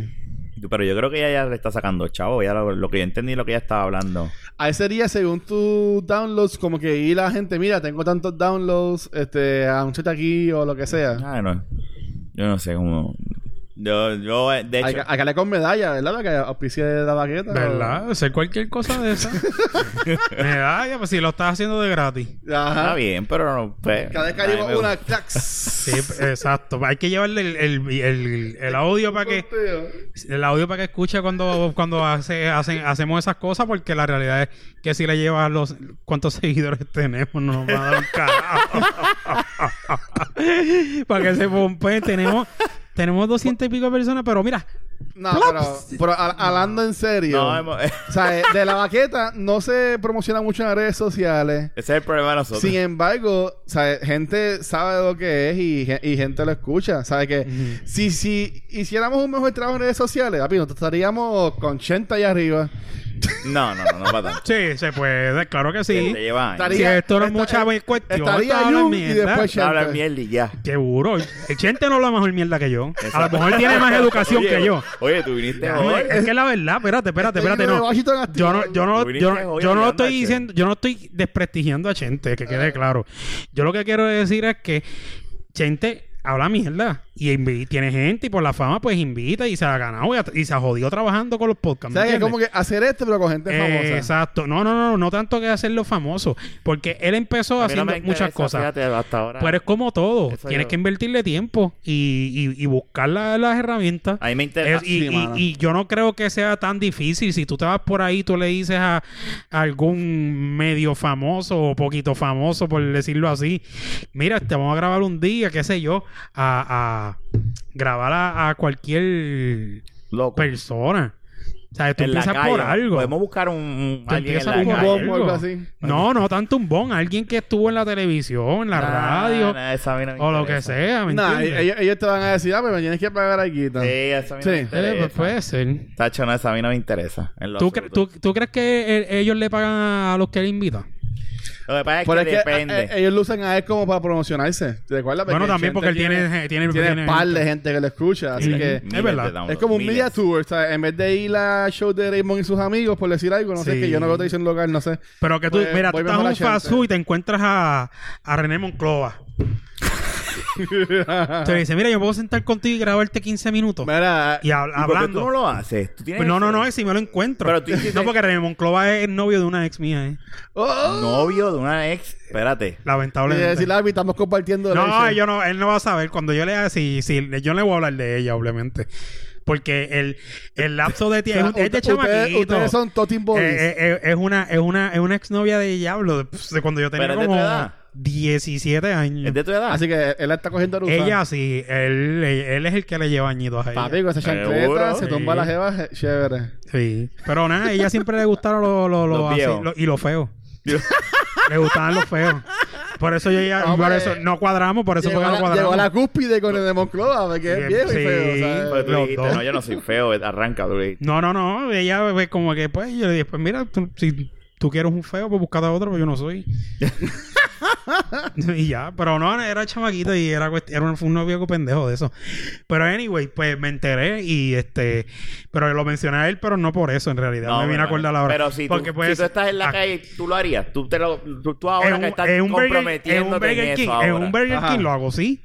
[SPEAKER 1] Pero yo creo que ella ya le está sacando, chavo. Ya lo, lo que yo entendí, lo que ella estaba hablando.
[SPEAKER 3] Ahí sería, según tus downloads, como que ir la gente, mira, tengo tantos downloads, este, anúnciate aquí o lo que sea.
[SPEAKER 1] Ah, no. Yo no sé cómo. Yo, yo, eh, de hecho,
[SPEAKER 3] Acá acá le con medalla, ¿verdad? Para que auspicie la baqueta.
[SPEAKER 2] ¿Verdad? Hacer cualquier cosa de <laughs> esa. Medalla, pues si lo estás haciendo de gratis.
[SPEAKER 1] está
[SPEAKER 3] Ajá.
[SPEAKER 1] bien, pero no. pues,
[SPEAKER 3] Cada vez que
[SPEAKER 1] a mí
[SPEAKER 3] arriba
[SPEAKER 1] me
[SPEAKER 3] una,
[SPEAKER 1] gusta.
[SPEAKER 3] clax.
[SPEAKER 1] <laughs>
[SPEAKER 2] Sí, <laughs> exacto. Hay que llevarle el, el, el- el audio para que el audio para que escuche cuando cuando hace, hacen, hacemos esas cosas porque la realidad es que si le llevas los cuántos <laughs> seguidores tenemos no nos va a dar un <laughs> carajo. para que se pompe tenemos tenemos 200 y pico de personas, pero mira,
[SPEAKER 3] No, pero, pero a- hablando en serio.
[SPEAKER 1] No, hemos- <laughs> ese
[SPEAKER 3] O sea, eh, de la baqueta no se promociona mucho en las redes sociales.
[SPEAKER 1] es el problema de nosotros.
[SPEAKER 3] Sin embargo, ¿sabe? gente sabe lo que es y, ge- y gente lo escucha. ¿Sabe que si, si hiciéramos un mejor trabajo en redes sociales, papi, nosotros estaríamos con 80 allá arriba.
[SPEAKER 1] No, no, no, no va tanto.
[SPEAKER 2] sí, se puede, claro que sí.
[SPEAKER 1] Te lleva años.
[SPEAKER 3] Estaría-
[SPEAKER 2] Si esto no es
[SPEAKER 3] Esta-
[SPEAKER 2] mucha
[SPEAKER 3] eh,
[SPEAKER 2] cuestión,
[SPEAKER 3] estaría
[SPEAKER 2] esta habla
[SPEAKER 3] Jun y
[SPEAKER 2] mierda.
[SPEAKER 3] después
[SPEAKER 1] No hablar
[SPEAKER 3] gente.
[SPEAKER 1] mierda y ya.
[SPEAKER 2] Seguro. El gente no habla mejor mierda que yo. A lo
[SPEAKER 1] Exacto.
[SPEAKER 2] mejor tiene más educación
[SPEAKER 1] Oye,
[SPEAKER 2] que yo.
[SPEAKER 1] Oye, tú viniste
[SPEAKER 2] No,
[SPEAKER 1] hoy.
[SPEAKER 2] es que la verdad, espérate, espérate, espérate,
[SPEAKER 3] Este libro de
[SPEAKER 2] no.
[SPEAKER 3] Washington activo.
[SPEAKER 2] Yo no, yo
[SPEAKER 1] Tú
[SPEAKER 2] no, yo,
[SPEAKER 1] viniste
[SPEAKER 2] no-
[SPEAKER 1] hoy
[SPEAKER 2] yo no lo
[SPEAKER 1] hablando
[SPEAKER 2] estoy
[SPEAKER 1] a Chente.
[SPEAKER 2] diciendo, yo no estoy desprestigiando a Chente, que quede claro. Yo lo que quiero decir es que Chente habla mierda y invi- tiene gente y por la fama pues invita y se ha ganado y, ha- y se ha jodido trabajando con los podcasts. ¿me
[SPEAKER 3] ¿Sabes que
[SPEAKER 2] entiendes?
[SPEAKER 3] como que hacer esto, pero con gente famosa?
[SPEAKER 2] Eh, Exacto. No, no, no, no, no tanto que hacerlo famoso, porque él empezó
[SPEAKER 1] A mí no
[SPEAKER 2] haciendo
[SPEAKER 1] me
[SPEAKER 2] muchas
[SPEAKER 1] interesa,
[SPEAKER 2] cosas.
[SPEAKER 1] Fíjate, hasta ahora.
[SPEAKER 2] Pero es como todo,
[SPEAKER 1] Eso
[SPEAKER 2] tienes
[SPEAKER 1] yo-
[SPEAKER 2] que invertirle tiempo y, y- y buscar la- las herramientas.
[SPEAKER 1] A mí me interesa.
[SPEAKER 2] Es- y,
[SPEAKER 3] sí,
[SPEAKER 2] y-
[SPEAKER 3] mano.
[SPEAKER 2] y yo no creo que sea tan difícil. Si tú te vas por ahí, tú le dices a, a algún medio famoso o poquito famoso, por decirlo así, mira, te vamos a grabar un día, qué sé yo, a, a grabar a, a cualquier
[SPEAKER 1] Loco.
[SPEAKER 2] persona. O sea, tú
[SPEAKER 1] en la
[SPEAKER 2] pues, empiezas
[SPEAKER 1] calle.
[SPEAKER 2] por algo.
[SPEAKER 1] Podemos buscar un. un
[SPEAKER 2] Tú
[SPEAKER 1] alguien en
[SPEAKER 2] empiezas
[SPEAKER 1] la
[SPEAKER 2] con
[SPEAKER 3] un
[SPEAKER 1] calle.
[SPEAKER 3] bombo o algo así.
[SPEAKER 2] No, no tanto un bon, alguien que estuvo en la televisión, en la
[SPEAKER 1] Nah,
[SPEAKER 2] radio
[SPEAKER 1] nah, esa a mí no me
[SPEAKER 2] o lo que
[SPEAKER 1] interesa.
[SPEAKER 2] sea, ¿me
[SPEAKER 3] Nah,
[SPEAKER 2] entiendes?
[SPEAKER 3] ellos, ellos te van a decir, ah, pero me tienes que pagar aquí. tal.
[SPEAKER 1] Sí, esa a mí no me
[SPEAKER 3] Sí. Eh,
[SPEAKER 2] Eh, pues
[SPEAKER 1] interesa.
[SPEAKER 2] puede ser.
[SPEAKER 1] Tacho, no, esa a mí no me interesa. en lo
[SPEAKER 2] ¿Tú, cre-
[SPEAKER 1] absoluto.
[SPEAKER 2] tú, tú crees que eh, ellos le pagan a los que le invitan?
[SPEAKER 1] Lo que pasa es
[SPEAKER 3] Pero
[SPEAKER 1] que
[SPEAKER 3] es que
[SPEAKER 1] depende.
[SPEAKER 3] eh, eh, ellos lo usan a él como para promocionarse. ¿Te acuerdas?
[SPEAKER 2] Bueno, también
[SPEAKER 3] Chente
[SPEAKER 2] porque él tiene- tiene- tiene
[SPEAKER 3] tiene par de gente que lo escucha. Así
[SPEAKER 2] Sí.
[SPEAKER 3] que
[SPEAKER 2] Es verdad.
[SPEAKER 3] Es como un media tour, ¿sabes? En vez de ir a show de Raymond y sus amigos, por decir algo, no sé,
[SPEAKER 2] Sí.
[SPEAKER 3] que yo no veo televisión local, no sé.
[SPEAKER 2] Pero que tú,
[SPEAKER 3] Pues,
[SPEAKER 2] mira, tú estás
[SPEAKER 3] voy
[SPEAKER 2] en
[SPEAKER 3] mejor
[SPEAKER 2] un
[SPEAKER 3] a Chente.
[SPEAKER 2] fast food y te encuentras a, a
[SPEAKER 1] <laughs>
[SPEAKER 2] René Monclova. Te dice, mira, yo puedo sentar contigo y grabarte 15 minutos.
[SPEAKER 3] Mira,
[SPEAKER 2] Oh. Y hab-
[SPEAKER 1] ¿Y por qué tú no
[SPEAKER 2] hablando.
[SPEAKER 1] lo haces? ¿Tú tienes
[SPEAKER 2] Pues no, no, no, es si me lo encuentro.
[SPEAKER 1] Pero tú hiciste-
[SPEAKER 2] No, porque René Monclova es novio de una ex mía, eh.
[SPEAKER 3] ¡oh!
[SPEAKER 1] Novio de una ex. Espérate.
[SPEAKER 3] Y
[SPEAKER 2] Lamentablemente.
[SPEAKER 3] decirle, "Abi, estamos
[SPEAKER 2] No,
[SPEAKER 3] compartiendo. <laughs> leche".
[SPEAKER 2] yo no, él no va a saber. Cuando yo le si, si yo le voy a hablar de ella, obviamente. Porque el, el lapso de
[SPEAKER 3] <laughs> O sea,
[SPEAKER 2] tiempo es de
[SPEAKER 3] usted- ustedes,
[SPEAKER 2] eh, este chamaquito.
[SPEAKER 3] ustedes son Totin Boys.
[SPEAKER 2] Eh, eh, eh, es una, es una, es una exnovia de Diablo de, pues, de cuando yo tenía
[SPEAKER 1] Pero es de tu
[SPEAKER 2] como
[SPEAKER 1] edad.
[SPEAKER 2] 17 años.
[SPEAKER 1] ¿Es de tu edad?
[SPEAKER 3] Ah,
[SPEAKER 1] <laughs>
[SPEAKER 3] Así que él está cogiendo rusa.
[SPEAKER 2] Ella sí, él, él es el que le lleva añitos a ella.
[SPEAKER 3] Papi, con esa chancleta,
[SPEAKER 1] Seguro.
[SPEAKER 3] se
[SPEAKER 2] Sí.
[SPEAKER 3] tumba la jeva, eh, chévere.
[SPEAKER 2] Sí. Pero nada, ella siempre le gustaron los lo, lo
[SPEAKER 1] Los
[SPEAKER 2] así,
[SPEAKER 1] viejos.
[SPEAKER 2] lo- y los feos.
[SPEAKER 1] Yo-
[SPEAKER 2] Le gustaban los feos. Por eso yo ya,
[SPEAKER 3] <laughs>
[SPEAKER 2] por
[SPEAKER 3] No, porque-
[SPEAKER 2] eso no cuadramos, por eso
[SPEAKER 3] llegó,
[SPEAKER 2] porque
[SPEAKER 3] a
[SPEAKER 2] no
[SPEAKER 3] la, llegó a
[SPEAKER 2] cuadramos.
[SPEAKER 3] la cúspide con el de Moncloa, porque es
[SPEAKER 2] Bien,
[SPEAKER 3] viejo
[SPEAKER 2] sí.
[SPEAKER 3] y feo.
[SPEAKER 1] Porque
[SPEAKER 3] ¿sabes?
[SPEAKER 1] tú
[SPEAKER 2] Los
[SPEAKER 1] dijiste,
[SPEAKER 2] dos.
[SPEAKER 1] no, yo no soy feo, eh, arranca, tú dijiste.
[SPEAKER 2] No, no, no. Ella pues, como que pues yo le dije, pues mira, tú- si tú quieres un feo, pues buscate a otro, pues yo
[SPEAKER 1] <laughs>
[SPEAKER 2] no soy. y ya, pero no, era chamaquito y era, cuest- era un, fue un novio que pendejo de eso. Pero anyway, pues me enteré y este, pero lo mencioné a él, pero no por eso en realidad.
[SPEAKER 1] No,
[SPEAKER 2] me vine a
[SPEAKER 1] bueno,
[SPEAKER 2] acordar la hora.
[SPEAKER 1] Pero si,
[SPEAKER 2] Porque,
[SPEAKER 1] tú,
[SPEAKER 2] pues,
[SPEAKER 1] si tú estás en la
[SPEAKER 2] ah,
[SPEAKER 1] calle, tú lo harías. Tú, te lo, tú, tú
[SPEAKER 2] en
[SPEAKER 1] ahora
[SPEAKER 2] un-
[SPEAKER 1] que estás
[SPEAKER 2] en un Burger- en un
[SPEAKER 1] comprometiéndote en,
[SPEAKER 2] Burger
[SPEAKER 1] eso
[SPEAKER 2] King, en
[SPEAKER 1] ahora.
[SPEAKER 2] un Burger
[SPEAKER 3] Ajá.
[SPEAKER 2] King lo hago, sí.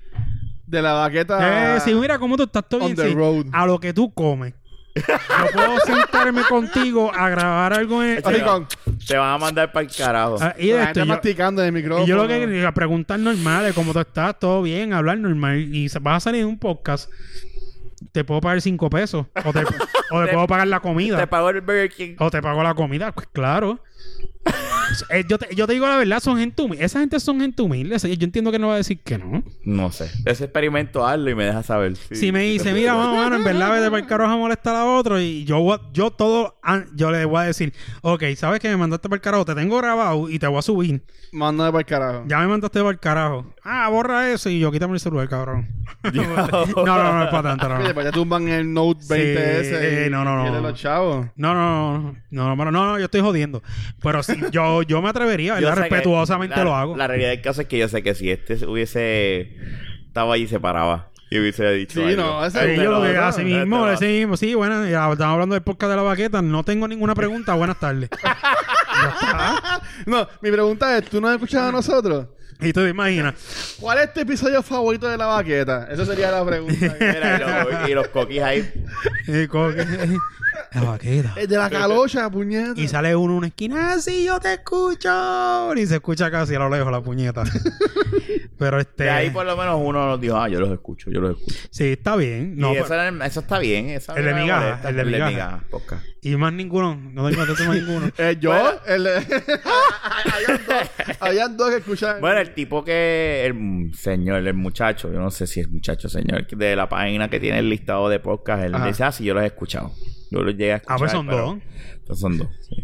[SPEAKER 3] De la baqueta.
[SPEAKER 2] Eh, sí, mira cómo tú estás todo
[SPEAKER 3] on
[SPEAKER 2] bien.
[SPEAKER 3] the
[SPEAKER 2] sí,
[SPEAKER 3] road.
[SPEAKER 2] A lo que tú comes. Yo puedo sentarme contigo a grabar algo en.
[SPEAKER 3] Así
[SPEAKER 1] Sí,
[SPEAKER 3] con,
[SPEAKER 1] Te van a mandar para el carajo.
[SPEAKER 2] Ah, y
[SPEAKER 3] la
[SPEAKER 2] esto,
[SPEAKER 3] gente
[SPEAKER 2] yo-
[SPEAKER 3] masticando en el micrófono.
[SPEAKER 2] y yo lo que quería era preguntar normal, de cómo tú estás, todo bien, hablar normal. Y se- vas a salir de un podcast, te puedo pagar cinco pesos. O te, o te
[SPEAKER 1] Te-
[SPEAKER 2] puedo pagar la
[SPEAKER 1] Te
[SPEAKER 2] comida.
[SPEAKER 1] pagó el Burger King.
[SPEAKER 2] O te pago la comida. Pues claro. Eh, yo, te, yo te digo la verdad, son gente humilde. Esa gente son gente humilde. Esa- Yo entiendo que no va a decir que no.
[SPEAKER 1] No sé. Ese experimento hazlo y me dejas saber.
[SPEAKER 2] si me dice, mira, mano, mano, en verdad vete para el carajo a molestar a otro y yo, voy a- yo todo, an- yo le voy a decir, ok, sabes que me mandaste para el carajo, te tengo grabado y te voy a subir.
[SPEAKER 3] Mándame para el carajo.
[SPEAKER 2] Ya me mandaste para el carajo. Ah, borra eso y yo quítame el
[SPEAKER 1] <laughs>
[SPEAKER 2] celular, cabrón. no, no, no, es para tanto, no.
[SPEAKER 3] Oye,
[SPEAKER 2] No,
[SPEAKER 3] pues ya tumban el Note
[SPEAKER 2] Sí,
[SPEAKER 3] 20S. y-
[SPEAKER 2] eh, no, no, no.
[SPEAKER 3] y de los chavos.
[SPEAKER 2] no, no, no, no, no, no, no, yo estoy jodiendo. Pero sí, yo, yo me atrevería,
[SPEAKER 1] Yo
[SPEAKER 2] ¿verdad?
[SPEAKER 1] sé que
[SPEAKER 2] Respetuosamente
[SPEAKER 1] la-
[SPEAKER 2] lo hago.
[SPEAKER 1] La realidad del caso es que yo sé que si este hubiese estado allí, se paraba. Y hubiese dicho.
[SPEAKER 3] Sí,
[SPEAKER 1] algo.
[SPEAKER 3] no, ese-
[SPEAKER 2] Sí,
[SPEAKER 1] Este
[SPEAKER 2] yo lo que
[SPEAKER 1] otro,
[SPEAKER 2] así
[SPEAKER 1] este
[SPEAKER 2] mismo,
[SPEAKER 1] otro.
[SPEAKER 2] así mismo. Sí, bueno, ya estamos hablando del podcast de la baqueta. No tengo ninguna pregunta. Buenas tardes.
[SPEAKER 1] <laughs>
[SPEAKER 3] No, mi pregunta es, ¿tú no has escuchado a nosotros?
[SPEAKER 2] y tú te imaginas.
[SPEAKER 3] ¿Cuál es tu episodio favorito de La Baqueta? Esa sería
[SPEAKER 2] <laughs>
[SPEAKER 3] la pregunta.
[SPEAKER 1] Mira, y, los, y los coquis ahí.
[SPEAKER 2] Eh, como que- <laughs> la vaquera.
[SPEAKER 3] El Eh, de
[SPEAKER 1] Eh,
[SPEAKER 3] la calocha, puñeta.
[SPEAKER 2] Y sale uno en una esquina, así yo te escucho. Y se escucha casi a lo lejos la
[SPEAKER 1] <laughs>
[SPEAKER 2] puñeta. Pero este.
[SPEAKER 1] De ahí por lo menos uno nos dijo, ah, yo los escucho, yo los escucho.
[SPEAKER 2] Sí, está bien. No, pues,
[SPEAKER 1] y
[SPEAKER 2] pero-
[SPEAKER 1] eso, era el- eso está bien. Esa
[SPEAKER 2] El de
[SPEAKER 1] no me
[SPEAKER 2] migaja,
[SPEAKER 1] molesta.
[SPEAKER 2] el de migaja.
[SPEAKER 1] podcast.
[SPEAKER 2] y más ninguno. No tengo acceso a más
[SPEAKER 1] <laughs>
[SPEAKER 2] ninguno.
[SPEAKER 3] Eh, yo,
[SPEAKER 1] Bueno.
[SPEAKER 3] el... <laughs> habían, dos, habían dos que escuchaban.
[SPEAKER 1] Bueno, el tipo que, el mm, señor, el muchacho, yo no sé si es muchacho, señor, que de la página que tiene el listado de podcast, él
[SPEAKER 3] Ajá.
[SPEAKER 1] dice, ah, sí, yo los he escuchado. Yo los llegué a escuchar.
[SPEAKER 2] Ah, pues son
[SPEAKER 1] pero-
[SPEAKER 2] dos.
[SPEAKER 1] Entonces son dos. sí.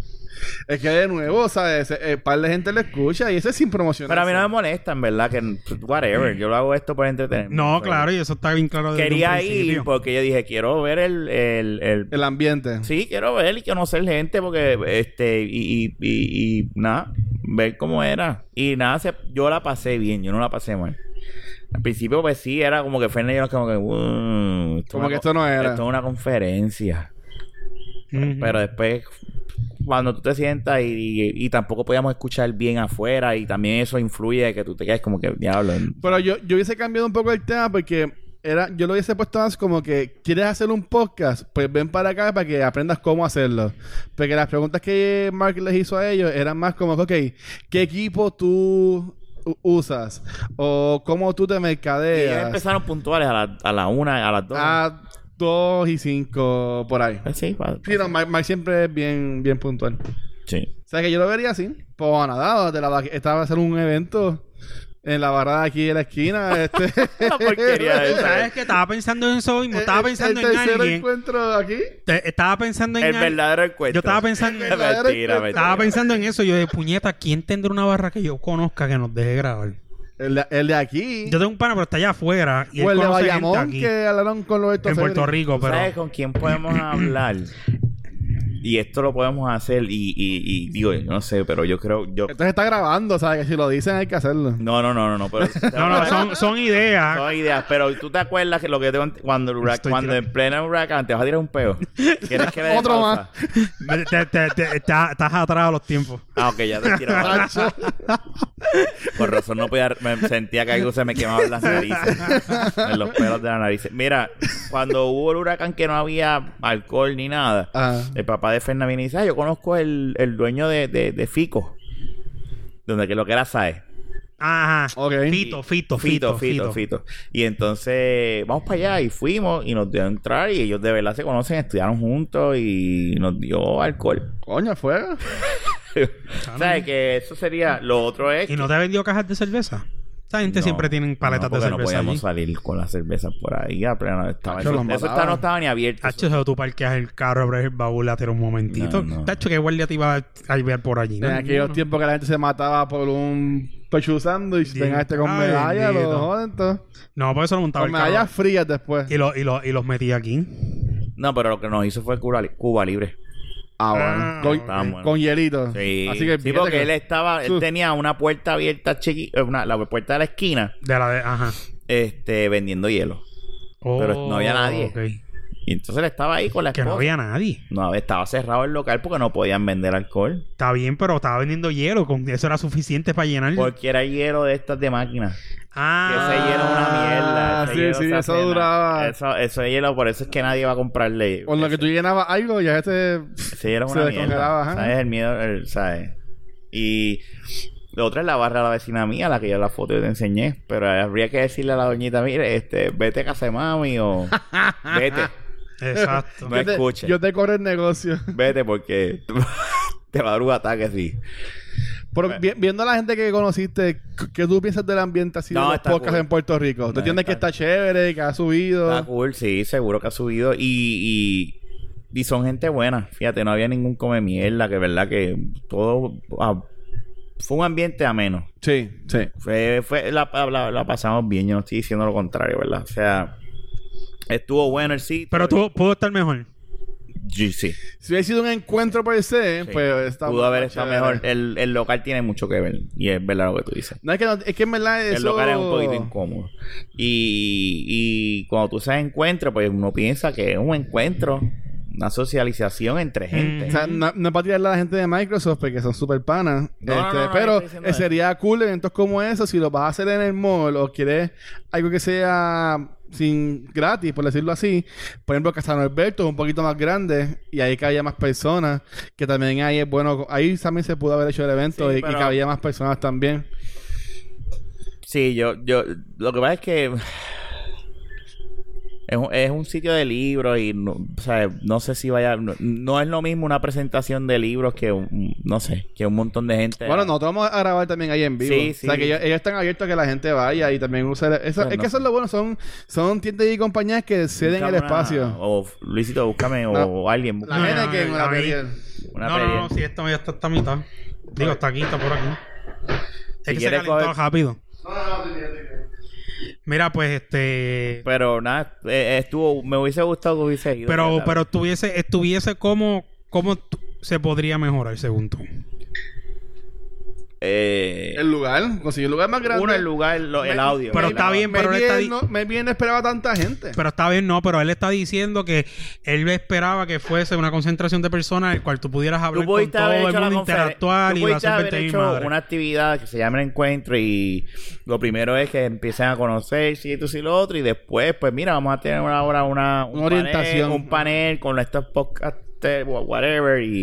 [SPEAKER 3] es que de nuevo, ¿sabes? Eh, Un par de gente lo escucha y ese es sin promocionar.
[SPEAKER 1] Pero a mí no me molesta, en verdad, que whatever. Yo lo hago esto para entretenerme.
[SPEAKER 2] No,
[SPEAKER 1] Pero
[SPEAKER 2] claro, y eso está bien claro. desde un
[SPEAKER 1] Quería ir pues,
[SPEAKER 2] principio.
[SPEAKER 1] porque yo dije, quiero ver el... el, el-
[SPEAKER 3] El ambiente.
[SPEAKER 1] Sí, quiero ver y conocer gente porque, este, y, y, y, y nada, ver cómo era. Y nada, se- yo la pasé bien, yo no la pasé mal. Al principio, pues sí, era como que Fernández y yo como que... "Uh, es
[SPEAKER 3] Como
[SPEAKER 1] una
[SPEAKER 3] que
[SPEAKER 1] co-
[SPEAKER 3] esto no era".
[SPEAKER 1] Esto es una conferencia.
[SPEAKER 2] Ujú.
[SPEAKER 1] Pero después, cuando tú te sientas y, y- y tampoco podíamos escuchar bien afuera y también eso influye de que tú te quedes como que, diablo...
[SPEAKER 3] Pero yo, yo hubiese cambiado un poco el tema porque era, yo lo hubiese puesto más como que ¿quieres hacer un podcast? Pues ven para acá para que aprendas cómo hacerlo. Porque las preguntas que Mark les hizo a ellos eran más como, ok, ¿qué equipo tú u- usas? O cómo tú te
[SPEAKER 1] Y ellos
[SPEAKER 3] mercadeas.
[SPEAKER 1] empezaron puntuales a la, a la una, a las dos.
[SPEAKER 2] Ah.
[SPEAKER 3] a 2 Ah, y 5 por ahí.
[SPEAKER 1] Pues sí, pa-
[SPEAKER 3] Sí, no, Mark, Mark siempre es bien, bien puntual.
[SPEAKER 1] sí.
[SPEAKER 3] O sea que yo lo vería así. Pues nada, de la va- estaba a hacer un evento en la barra de aquí de la <laughs> esquina. Este.
[SPEAKER 1] La porquería
[SPEAKER 3] <laughs>
[SPEAKER 1] esa.
[SPEAKER 2] ¿Sabes que Estaba pensando en eso mismo. Estaba
[SPEAKER 3] El-
[SPEAKER 2] pensando
[SPEAKER 3] el
[SPEAKER 2] en ¿eh?
[SPEAKER 3] tercer
[SPEAKER 2] alguien.
[SPEAKER 3] encuentro aquí.
[SPEAKER 2] Te- Estaba pensando en
[SPEAKER 1] El
[SPEAKER 2] alguien.
[SPEAKER 1] verdadero encuentro.
[SPEAKER 2] Yo estaba pensando
[SPEAKER 1] <laughs>
[SPEAKER 2] en-
[SPEAKER 1] mentira, mentira.
[SPEAKER 2] Estaba pensando en eso. Yo dije, puñeta, ¿quién tendrá una barra que yo conozca que nos deje grabar?
[SPEAKER 3] El de, el de aquí.
[SPEAKER 2] Yo tengo un pana, pero está allá afuera. Y
[SPEAKER 3] o
[SPEAKER 2] él
[SPEAKER 3] el de
[SPEAKER 2] conoce gente
[SPEAKER 3] Bayamón
[SPEAKER 2] aquí,
[SPEAKER 3] que hablaron con los
[SPEAKER 2] en Puerto Rico, pero.
[SPEAKER 1] ¿Sabes con quién podemos hablar? Y esto lo podemos hacer y, y, y digo, yo no sé, pero yo creo, yo...
[SPEAKER 3] Entonces está grabando, ¿sabes? Que si lo dicen hay que hacerlo.
[SPEAKER 1] No, no, no, no, no, pero...
[SPEAKER 2] <laughs> No, no, son, son ideas.
[SPEAKER 1] Son ideas, pero tú te acuerdas que lo que te cont- cuando el hurac-
[SPEAKER 2] Estoy
[SPEAKER 1] cuando
[SPEAKER 2] tirando.
[SPEAKER 1] en plena huracán te vas a tirar un peo. ¿Quieres que le dé
[SPEAKER 3] Otro
[SPEAKER 1] pausa?
[SPEAKER 2] Te- te- te- te- está- estás atrás a los tiempos.
[SPEAKER 1] Ah, ok, ya
[SPEAKER 2] <laughs>
[SPEAKER 1] te tiraba. Por razón no podía, me sentía que algo se me quemaba en las narices, <laughs> en los pelos de la nariz. Mira, cuando hubo el huracán que no había alcohol ni nada,
[SPEAKER 3] Ah.
[SPEAKER 1] el papá de Fernández viene y dice, ah, yo conozco el, el dueño de, de, de Fico, donde que lo que era SAE.
[SPEAKER 2] Ajá.
[SPEAKER 3] Ok.
[SPEAKER 2] Fito, fito,
[SPEAKER 1] Fito,
[SPEAKER 2] fito,
[SPEAKER 1] fito, fito. Y entonces vamos para allá y fuimos y nos dio a entrar y ellos de verdad se conocen, estudiaron juntos y nos dio alcohol.
[SPEAKER 3] Coño, fuera.
[SPEAKER 1] ¿Sabes? Que eso sería... Lo otro es...
[SPEAKER 2] Ah, ¿Y no te vendió cajas de cerveza? Esa gente
[SPEAKER 1] No,
[SPEAKER 2] siempre tienen paletas
[SPEAKER 1] no,
[SPEAKER 2] de
[SPEAKER 1] porque
[SPEAKER 2] cerveza.
[SPEAKER 1] No podíamos
[SPEAKER 2] allí.
[SPEAKER 1] salir con la cerveza por ahí. a plena- estaba-
[SPEAKER 3] Tacho,
[SPEAKER 1] eso
[SPEAKER 3] los
[SPEAKER 1] eso
[SPEAKER 3] mataban.
[SPEAKER 1] estaba- no estaba ni abierto.
[SPEAKER 2] Tacho, eso tú parqueas el carro, abres el baúl, lateral un momentito.
[SPEAKER 1] No, no.
[SPEAKER 2] Tacho, que guardia te iba a ver por allí.
[SPEAKER 3] En
[SPEAKER 2] ¿no?
[SPEAKER 3] aquellos tiempos que la gente se mataba por un cochu sándwich,
[SPEAKER 2] Sí.
[SPEAKER 3] venga este con
[SPEAKER 2] Ay,
[SPEAKER 3] medalla,
[SPEAKER 2] bendito.
[SPEAKER 3] lo joden todo.
[SPEAKER 2] No, por eso lo montaba
[SPEAKER 3] Con
[SPEAKER 2] el carro.
[SPEAKER 3] medallas frías después.
[SPEAKER 2] Y, lo- y, lo- y los metí aquí.
[SPEAKER 1] No, pero lo que nos hizo fue Cuba, Cuba Libre.
[SPEAKER 3] Ah,
[SPEAKER 2] Ah,
[SPEAKER 3] Con,
[SPEAKER 1] está bueno.
[SPEAKER 3] con hielito.
[SPEAKER 1] Sí,
[SPEAKER 3] Así que
[SPEAKER 1] Sí,
[SPEAKER 3] fíjate
[SPEAKER 1] porque
[SPEAKER 3] que-
[SPEAKER 1] él estaba, él
[SPEAKER 3] Sus-
[SPEAKER 1] tenía una puerta abierta chiquita, la puerta de la esquina,
[SPEAKER 2] De la de. Ajá.
[SPEAKER 1] este, vendiendo hielo. Pero no había nadie.
[SPEAKER 2] Oh, ok.
[SPEAKER 1] Y entonces él estaba ahí con la
[SPEAKER 2] Que
[SPEAKER 1] esposa.
[SPEAKER 2] no había nadie.
[SPEAKER 1] No, estaba cerrado el local porque no podían vender alcohol.
[SPEAKER 2] Está bien, pero estaba vendiendo hielo. Con eso era suficiente para llenar.
[SPEAKER 1] Porque era hielo de estas de máquina. Que
[SPEAKER 2] Ah.
[SPEAKER 1] ese hielo es una mierda.
[SPEAKER 3] Ah,
[SPEAKER 1] ese
[SPEAKER 3] sí,
[SPEAKER 1] hielo
[SPEAKER 3] sí,
[SPEAKER 1] se
[SPEAKER 3] eso
[SPEAKER 1] hace na-
[SPEAKER 3] duraba.
[SPEAKER 1] Eso, eso es hielo, por eso es que nadie va a comprarle.
[SPEAKER 3] Con lo que tú llenabas algo, ya <laughs> este.
[SPEAKER 1] Ese hielo es
[SPEAKER 3] se
[SPEAKER 1] una mierda.
[SPEAKER 3] descongelaba, ajá.
[SPEAKER 1] ¿Sabes? El miedo, el- ¿sabes? Y la otra es la barra de la vecina mía, la que yo la foto yo te enseñé. Pero habría que decirle a la doñita, mire, este, vete a casa de mami
[SPEAKER 3] <laughs>
[SPEAKER 1] o vete, <laughs>
[SPEAKER 2] Exacto.
[SPEAKER 1] No
[SPEAKER 3] yo te-
[SPEAKER 1] escuches.
[SPEAKER 3] Yo te corro el negocio.
[SPEAKER 1] vete porque <laughs> te va a dar un ataque sí.
[SPEAKER 3] Pero vi- viendo a la gente que conociste, ¿qué tú piensas del ambiente así
[SPEAKER 1] No,
[SPEAKER 3] de los
[SPEAKER 1] está
[SPEAKER 3] podcasts
[SPEAKER 1] cool.
[SPEAKER 3] en Puerto Rico? ¿Tú
[SPEAKER 1] No,
[SPEAKER 3] entiendes
[SPEAKER 1] está-
[SPEAKER 3] que está chévere, que ha subido?
[SPEAKER 1] Está cool, sí, seguro que ha subido. Y, y, y son gente buena. Fíjate, no había ningún come mierda, que verdad que todo ah, fue un ambiente ameno.
[SPEAKER 3] Sí, sí.
[SPEAKER 1] Fue, fue, la, la- la pasamos bien, yo no estoy diciendo lo contrario, ¿verdad? O sea, estuvo bueno el sitio.
[SPEAKER 2] Pero tú pudo estar mejor.
[SPEAKER 1] Sí, sí.
[SPEAKER 3] Si hubiera sido un encuentro per se,
[SPEAKER 1] Sí.
[SPEAKER 3] pues está
[SPEAKER 1] Pudo haber
[SPEAKER 3] más
[SPEAKER 1] estado
[SPEAKER 3] chévere.
[SPEAKER 1] mejor. El, el local tiene mucho que ver. Y es verdad lo que tú dices.
[SPEAKER 3] No es que, no- es que en verdad eso...
[SPEAKER 1] El local es un poquito incómodo. Y, y cuando tú sabes encuentro, pues uno piensa que es un encuentro, una socialización entre gente.
[SPEAKER 3] O sea, no, no es para tirarle a la gente de Microsoft porque son super panas.
[SPEAKER 1] No,
[SPEAKER 3] Este,
[SPEAKER 1] no, no, no, yo
[SPEAKER 3] pero
[SPEAKER 1] estoy diciendo
[SPEAKER 3] eh,
[SPEAKER 1] eso.
[SPEAKER 3] sería cool eventos como esos. Si lo vas a hacer en el mall o quieres algo que sea sin gratis, por decirlo así. Por ejemplo, Casano Alberto es un poquito más grande y ahí cabía más personas. Que también ahí es bueno. Ahí también se pudo haber hecho el evento
[SPEAKER 1] Sí,
[SPEAKER 3] y, y
[SPEAKER 1] pero-
[SPEAKER 3] cabía más personas también.
[SPEAKER 1] Sí, yo, yo, lo que pasa es que es un, es un sitio de libros y no, o sea, no sé si vaya, no, no es lo mismo una presentación de libros que un, no sé, que un montón de gente.
[SPEAKER 3] Bueno, nosotros vamos a grabar también ahí en vivo.
[SPEAKER 1] Sí,
[SPEAKER 3] O
[SPEAKER 1] sí.
[SPEAKER 3] sea, que ellos, ellos están abiertos a que la gente vaya y también use... el- eso-
[SPEAKER 1] Pues
[SPEAKER 3] es
[SPEAKER 1] no.
[SPEAKER 3] que eso es lo bueno. Son, son tiendas y compañías que ceden
[SPEAKER 1] Busca
[SPEAKER 3] el
[SPEAKER 1] una-
[SPEAKER 3] espacio.
[SPEAKER 1] O f- Luisito, búscame
[SPEAKER 3] No.
[SPEAKER 1] o alguien.
[SPEAKER 3] La
[SPEAKER 1] busca
[SPEAKER 2] No,
[SPEAKER 3] gente
[SPEAKER 2] no,
[SPEAKER 3] que
[SPEAKER 2] no,
[SPEAKER 3] me la
[SPEAKER 2] a mí-
[SPEAKER 3] pedían.
[SPEAKER 1] una
[SPEAKER 2] no, no,
[SPEAKER 1] pelea.
[SPEAKER 2] no, si esto ya está esta mitad. Digo, está aquí, está por aquí.
[SPEAKER 1] Si
[SPEAKER 2] es que se
[SPEAKER 1] quieres
[SPEAKER 2] calentó
[SPEAKER 1] coger-
[SPEAKER 2] rápido. Mira, pues este.
[SPEAKER 1] Pero nada, eh, estuvo, me hubiese gustado que hubiese ido.
[SPEAKER 2] Pero,
[SPEAKER 1] ¿verdad?
[SPEAKER 2] pero estuviese, estuviese como, como tú- se podría mejorar, según tú.
[SPEAKER 1] Eh,
[SPEAKER 3] El lugar, consiguió el lugar más grande.
[SPEAKER 1] uno, el lugar, lo- el
[SPEAKER 3] Me-
[SPEAKER 1] audio.
[SPEAKER 2] pero
[SPEAKER 1] el
[SPEAKER 2] está
[SPEAKER 1] audio.
[SPEAKER 2] bien, pero
[SPEAKER 3] me
[SPEAKER 2] él está di-
[SPEAKER 3] bien, no, me bien esperaba tanta gente.
[SPEAKER 2] Pero está bien, no, pero él está diciendo que él esperaba que fuese una concentración de personas en el cual tú pudieras
[SPEAKER 1] Tú
[SPEAKER 2] hablar con
[SPEAKER 1] pudiste haber
[SPEAKER 2] todo
[SPEAKER 1] hecho
[SPEAKER 2] el
[SPEAKER 1] la
[SPEAKER 2] mundo,
[SPEAKER 1] confer-
[SPEAKER 2] interactuar
[SPEAKER 1] tú
[SPEAKER 2] y va a
[SPEAKER 1] pudiste
[SPEAKER 2] ser
[SPEAKER 1] haber
[SPEAKER 2] 20.000
[SPEAKER 1] hecho
[SPEAKER 2] madres.
[SPEAKER 1] una actividad que se llama el encuentro y lo primero es que empiecen a conocer si tú y lo otro y después, pues mira, vamos a tener una- ahora una, un
[SPEAKER 3] Una orientación.
[SPEAKER 1] panel, un panel con estos podcasts, whatever y,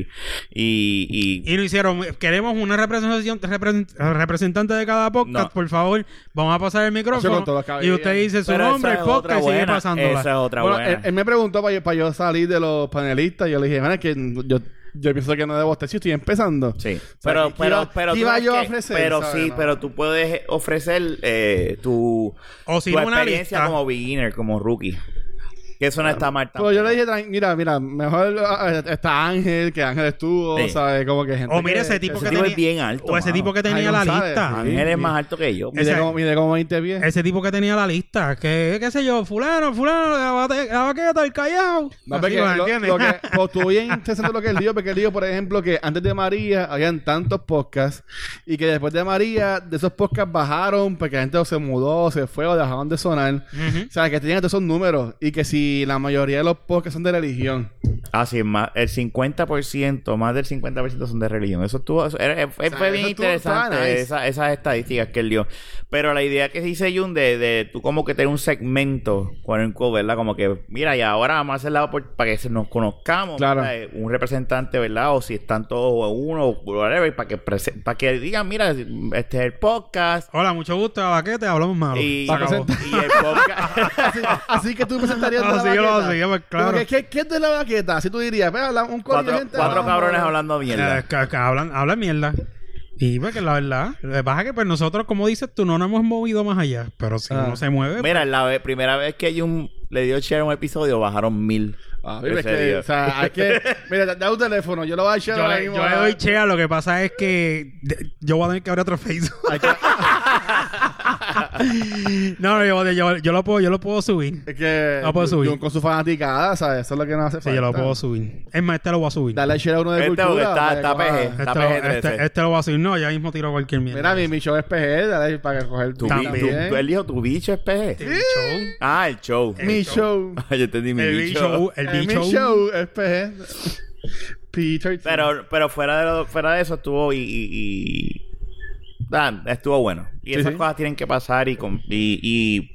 [SPEAKER 1] y, y-
[SPEAKER 2] Y lo hicieron. Queremos una representación represent- representante de cada podcast,
[SPEAKER 1] No.
[SPEAKER 2] por favor. Vamos a pasar el micrófono.
[SPEAKER 3] Eso con todas las
[SPEAKER 2] Y usted
[SPEAKER 3] cabelleras.
[SPEAKER 2] dice su
[SPEAKER 1] Pero esa
[SPEAKER 2] nombre, el
[SPEAKER 1] es otra
[SPEAKER 2] podcast y sigue
[SPEAKER 1] buena,
[SPEAKER 2] pasándola.
[SPEAKER 1] Esa es otra
[SPEAKER 3] Bueno,
[SPEAKER 1] buena.
[SPEAKER 3] él, él me preguntó para yo, pa' yo salir de los panelistas. Yo le dije, mira, que yo, yo pienso que no debo estar si estoy empezando.
[SPEAKER 1] Sí.
[SPEAKER 3] O sea,
[SPEAKER 1] Pero,
[SPEAKER 3] ¿qué
[SPEAKER 1] pero,
[SPEAKER 3] iba-
[SPEAKER 1] pero.
[SPEAKER 3] qué
[SPEAKER 1] tú
[SPEAKER 3] iba
[SPEAKER 1] sabes
[SPEAKER 3] yo a
[SPEAKER 1] que-
[SPEAKER 3] ofrecer,
[SPEAKER 1] Pero
[SPEAKER 3] sabes,
[SPEAKER 1] sí,
[SPEAKER 3] no?
[SPEAKER 1] pero tú puedes ofrecer eh, tu,
[SPEAKER 2] O si
[SPEAKER 1] tu
[SPEAKER 2] no, una
[SPEAKER 1] experiencia
[SPEAKER 2] lista.
[SPEAKER 1] como beginner, como rookie. Que eso no está mal
[SPEAKER 3] Pero
[SPEAKER 2] Pues
[SPEAKER 3] yo le
[SPEAKER 1] tampoco.
[SPEAKER 3] dije, tran- mira, mira, mejor ah, está Ángel, que Ángel estuvo,
[SPEAKER 1] Sí.
[SPEAKER 3] ¿sabes? Como que gente
[SPEAKER 2] O Oh, mira
[SPEAKER 3] que-
[SPEAKER 2] ese tipo
[SPEAKER 1] ese
[SPEAKER 2] que
[SPEAKER 1] tipo
[SPEAKER 2] tenía.
[SPEAKER 1] es bien alto,
[SPEAKER 2] o ese
[SPEAKER 1] mano.
[SPEAKER 2] tipo que tenía
[SPEAKER 3] Ay,
[SPEAKER 2] la
[SPEAKER 3] González.
[SPEAKER 2] lista.
[SPEAKER 1] Ángel es más alto que yo.
[SPEAKER 3] Mide,
[SPEAKER 2] ese-
[SPEAKER 3] como, mide como 20 pies.
[SPEAKER 2] Ese tipo que tenía la lista. Que, qué sé yo, fulano, fulano, la, bate- la vaqueta, el callao.
[SPEAKER 3] No,
[SPEAKER 2] Así,
[SPEAKER 3] porque
[SPEAKER 2] ¿me
[SPEAKER 3] lo,
[SPEAKER 2] entiendes?
[SPEAKER 3] lo que pues, estuvo bien interesante lo que él dijo, porque él dijo, por ejemplo, que antes de María habían tantos podcasts y que después de María, de esos podcasts bajaron porque la gente o se mudó, o se fue o dejaron de sonar.
[SPEAKER 2] Ujú.
[SPEAKER 3] O sea, que tenían todos esos números y que si la mayoría de los podcasts son de religión.
[SPEAKER 1] Así es, Ah, más, el 50%, más del 50% son de religión. Eso estuvo, eso era- fue,
[SPEAKER 3] sea,
[SPEAKER 1] fue
[SPEAKER 3] eso
[SPEAKER 1] bien
[SPEAKER 3] estuvo- estaba
[SPEAKER 1] interesante,
[SPEAKER 3] nice.
[SPEAKER 1] esa- esas estadísticas que él dio. Pero la idea que dice Jun de, de tú como que tener un segmento con el cover, ¿verdad? Como que, mira, y ahora vamos a hacer la opor- para que se nos conozcamos,
[SPEAKER 3] Claro.
[SPEAKER 1] ¿verdad? Eh, un representante, ¿verdad? O si están todos o uno, o whatever, para que, prese- para que digan, mira, este es el podcast.
[SPEAKER 2] <laughs> Hola, mucho gusto, la vaqueta, hablamos malo.
[SPEAKER 1] Y, y
[SPEAKER 2] Se acabó.
[SPEAKER 1] el podcast. <laughs>
[SPEAKER 3] Así, así que tú presentarías
[SPEAKER 2] <laughs>
[SPEAKER 3] de
[SPEAKER 2] Ah,
[SPEAKER 3] la
[SPEAKER 2] sí, yo lo
[SPEAKER 3] baqueta.
[SPEAKER 2] hacía, pues, claro.
[SPEAKER 3] Porque, ¿qué, qué es de la baqueta? Así tú dirías, pues, habla un corillo de
[SPEAKER 1] cuatro
[SPEAKER 3] gente,
[SPEAKER 1] cuatro
[SPEAKER 3] vamos,
[SPEAKER 1] cabrones
[SPEAKER 3] vamos.
[SPEAKER 1] hablando mierda.
[SPEAKER 2] Eh, que- que hablan, hablan mierda. Y pues que la verdad, lo que pasa es que pues nosotros, como dices tú, no nos hemos movido más allá. Pero si
[SPEAKER 3] Ah.
[SPEAKER 2] uno se mueve,
[SPEAKER 1] Mira, la ve- primera vez que Jun le dio share a un episodio, bajaron mil.
[SPEAKER 3] Ah,
[SPEAKER 1] Ese
[SPEAKER 3] mira, es que,
[SPEAKER 1] día.
[SPEAKER 3] o sea, hay que. Mira, da- da un teléfono, yo lo voy a echar
[SPEAKER 2] Yo
[SPEAKER 3] ahora
[SPEAKER 2] le,
[SPEAKER 3] mismo
[SPEAKER 2] yo
[SPEAKER 3] a-
[SPEAKER 2] le doy chea, lo que pasa es que de- yo voy a tener que abrir otro Facebook.
[SPEAKER 3] hay que-
[SPEAKER 2] <laughs> no, no, yo, yo- yo lo puedo, yo lo puedo subir.
[SPEAKER 3] Es que.
[SPEAKER 2] Lo puedo Ah, subir.
[SPEAKER 3] Jun con su fanaticada, ¿sabes? Eso es lo que nos hace
[SPEAKER 2] Sí,
[SPEAKER 3] falta.
[SPEAKER 2] yo lo puedo subir. Es más, este lo voy a subir.
[SPEAKER 3] Dale share a uno de
[SPEAKER 1] Este,
[SPEAKER 3] cultura.
[SPEAKER 1] porque está-
[SPEAKER 3] para que
[SPEAKER 1] está
[SPEAKER 3] coja-
[SPEAKER 1] PG.
[SPEAKER 2] Este,
[SPEAKER 1] la
[SPEAKER 2] lo-
[SPEAKER 1] PG-13.
[SPEAKER 2] este- este lo voy a subir. No, ya mismo tiro cualquier mierda.
[SPEAKER 3] Mira, mi, mi show es PG, dale para que coger
[SPEAKER 1] Tu,
[SPEAKER 3] tu
[SPEAKER 1] bi- tu,
[SPEAKER 3] también.
[SPEAKER 1] tu- él dijo, tu bicho es peje.
[SPEAKER 2] El show.
[SPEAKER 1] Ah, el show.
[SPEAKER 3] Mi show.
[SPEAKER 1] <laughs> Yo entendí mi
[SPEAKER 2] El
[SPEAKER 1] bicho.
[SPEAKER 2] bicho. uh, El
[SPEAKER 3] Eh, Mi
[SPEAKER 2] bicho.
[SPEAKER 3] show es PG. Peter.
[SPEAKER 1] <laughs> Pero, pero fuera, de lo- fuera de eso estuvo y... y- y- Ah, estuvo bueno. Y
[SPEAKER 3] Sí,
[SPEAKER 1] esas
[SPEAKER 3] sí.
[SPEAKER 1] cosas tienen que pasar y... con- y, y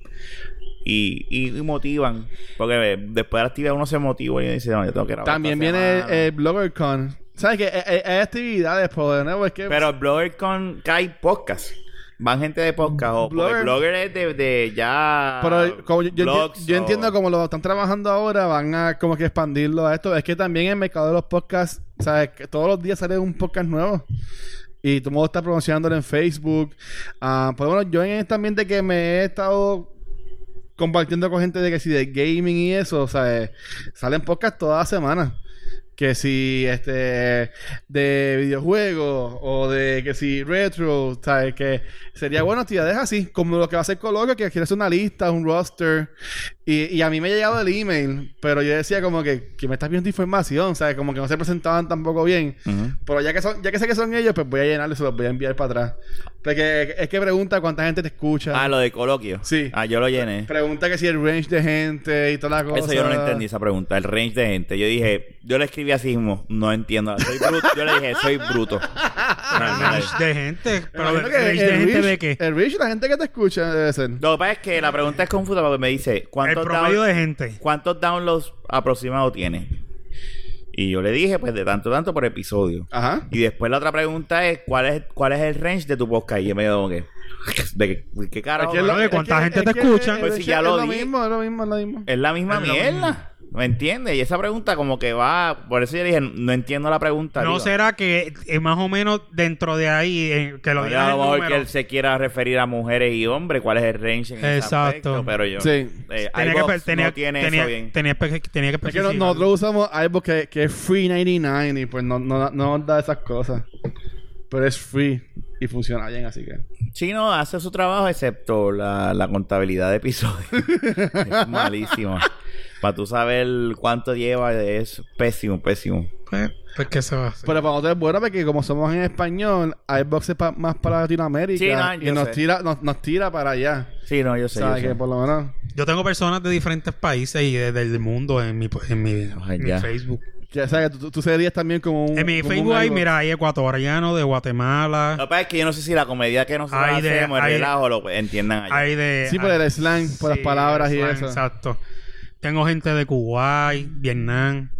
[SPEAKER 1] y, y- y motivan porque eh, después de la actividad uno se motiva y dice no yo tengo que grabar
[SPEAKER 3] También
[SPEAKER 1] esta
[SPEAKER 3] viene el,
[SPEAKER 1] semana.
[SPEAKER 3] BloggerCon. ¿Sabes qué? Eh, eh, Hay actividades, por de nuevo, es que.
[SPEAKER 1] Pero BloggerCon cae podcast. Van gente de podcast. O porque
[SPEAKER 3] Blogger.
[SPEAKER 1] blogger es de, de ya.
[SPEAKER 3] Pero como yo, yo- yo-
[SPEAKER 1] Ah, blogs
[SPEAKER 3] yo
[SPEAKER 1] o-
[SPEAKER 3] entiendo como lo están trabajando ahora, van a como que expandirlo a esto. Es que también el mercado de los podcasts, ¿sabes? Que todos los días sale un podcast nuevo. Y todo el mundo está promocionándolo en Facebook. Ah, pues bueno, yo en este ambiente que me he estado compartiendo con gente de que si de gaming y eso, ¿sabes? Salen podcasts todas las semanas. Que si este de videojuegos o de que si retro, ¿sabes? Que sería bueno actividades así, como lo que va a hacer Coloquio, que quiere hacer una lista, un roster. Y, y a mí me ha llegado el email, pero yo decía como que, que me estás viendo información, ¿sabes? Como que no se presentaban tampoco bien.
[SPEAKER 1] Ujú.
[SPEAKER 3] Pero ya que, son, ya que sé que son ellos, pues voy a llenarles, se los voy a enviar para atrás. Porque es que pregunta cuánta gente te escucha.
[SPEAKER 1] Ah, lo de coloquio.
[SPEAKER 3] Sí.
[SPEAKER 1] Ah, yo lo llené.
[SPEAKER 3] Pregunta que si el range de gente y toda la cosa.
[SPEAKER 1] Eso yo no lo entendí, esa pregunta. El range de gente. Yo dije, yo le escribí así mismo. No entiendo. Soy bruto. Yo le dije, soy bruto. Realmente.
[SPEAKER 2] De gente. Pero
[SPEAKER 3] Imagino
[SPEAKER 2] de,
[SPEAKER 3] que
[SPEAKER 2] de
[SPEAKER 3] el eh,
[SPEAKER 2] gente
[SPEAKER 3] reach-
[SPEAKER 2] de qué?
[SPEAKER 3] El reach, la gente que te escucha debe ser.
[SPEAKER 1] Lo que pasa es que la pregunta es confusa porque me dice,
[SPEAKER 2] El
[SPEAKER 1] ¿cuántos,
[SPEAKER 2] promedio
[SPEAKER 1] down-
[SPEAKER 2] de gente.
[SPEAKER 1] cuántos downloads aproximados tiene? Y yo le dije, pues de tanto, tanto por episodio.
[SPEAKER 3] Ajá.
[SPEAKER 1] Y después la otra pregunta es ¿cuál es cuál es el range de tu podcast? Y yo me quedo como que ¿de qué, de qué carajo?
[SPEAKER 3] Es que es lo-
[SPEAKER 2] de
[SPEAKER 3] es
[SPEAKER 2] cuánta
[SPEAKER 3] que-
[SPEAKER 2] gente
[SPEAKER 3] es
[SPEAKER 2] te
[SPEAKER 3] que
[SPEAKER 2] escucha.
[SPEAKER 3] el
[SPEAKER 1] Pues si
[SPEAKER 3] reach
[SPEAKER 1] ya
[SPEAKER 3] es
[SPEAKER 1] lo Eh,
[SPEAKER 3] lo
[SPEAKER 1] di.
[SPEAKER 3] mismo, es lo mismo, es lo mismo.
[SPEAKER 1] Es la misma
[SPEAKER 2] Es lo
[SPEAKER 1] mierda. ¿Me entiendes? Y esa pregunta como que va, por eso yo dije, no entiendo la pregunta.
[SPEAKER 2] No
[SPEAKER 1] digo.
[SPEAKER 2] será que eh, más o menos dentro de ahí eh, que lo
[SPEAKER 1] Oye,
[SPEAKER 2] diga
[SPEAKER 1] a
[SPEAKER 2] el
[SPEAKER 1] lo mejor
[SPEAKER 2] número.
[SPEAKER 1] que él se quiera referir a mujeres y hombres, cuál es el range en ese
[SPEAKER 2] Exacto.
[SPEAKER 1] aspecto, pero yo
[SPEAKER 3] Sí.
[SPEAKER 1] eh,
[SPEAKER 2] tenía que
[SPEAKER 1] iVoox
[SPEAKER 2] per- tenía,
[SPEAKER 1] no tiene
[SPEAKER 2] tenía,
[SPEAKER 1] eso bien.
[SPEAKER 2] tenía espe- tenía que
[SPEAKER 3] Es que no-
[SPEAKER 2] especificar.
[SPEAKER 3] nosotros usamos algo que, que es free 99 y pues no, no, no nos da esas cosas. Pero es free y funciona bien, así que.
[SPEAKER 1] Chino hace su trabajo excepto la, la contabilidad de episodios. es malísimo. Para tú saber cuánto lleva es pésimo, pésimo.
[SPEAKER 2] Pues, pues que se va a hacer.
[SPEAKER 3] Pero para nosotros es bueno porque como somos en español, iBox es pa- más para Latinoamérica
[SPEAKER 1] Sí, no,
[SPEAKER 3] y
[SPEAKER 1] yo
[SPEAKER 3] nos
[SPEAKER 1] sé.
[SPEAKER 3] tira, nos, nos tira para allá.
[SPEAKER 1] Sí, no, yo
[SPEAKER 3] O
[SPEAKER 1] sé.
[SPEAKER 3] sea,
[SPEAKER 1] yo
[SPEAKER 3] que
[SPEAKER 1] sé.
[SPEAKER 3] por lo menos...
[SPEAKER 2] Pues, Yo tengo personas de diferentes países y de- del mundo en mi, en mi,
[SPEAKER 1] Ay,
[SPEAKER 2] mi
[SPEAKER 1] ya.
[SPEAKER 2] Facebook.
[SPEAKER 3] Que, o sea, que tú, tú serías también como un...
[SPEAKER 2] En mi
[SPEAKER 3] como un
[SPEAKER 2] Facebook hay,
[SPEAKER 3] iVoox.
[SPEAKER 2] mira, hay ecuatorianos de
[SPEAKER 1] Lo
[SPEAKER 2] Guatemala,
[SPEAKER 1] que pasa es que yo no sé si la comedia que nosotros
[SPEAKER 2] Ay, de-
[SPEAKER 1] hacemos, el
[SPEAKER 2] ay,
[SPEAKER 1] relajo, lo pues, entiendan allá.
[SPEAKER 2] hay de...
[SPEAKER 3] Sí, por
[SPEAKER 2] hay-
[SPEAKER 3] el slang, por las
[SPEAKER 2] sí,
[SPEAKER 3] palabras y
[SPEAKER 2] slang,
[SPEAKER 3] eso.
[SPEAKER 2] Exacto. Tengo gente de Kuwait, Vietnam,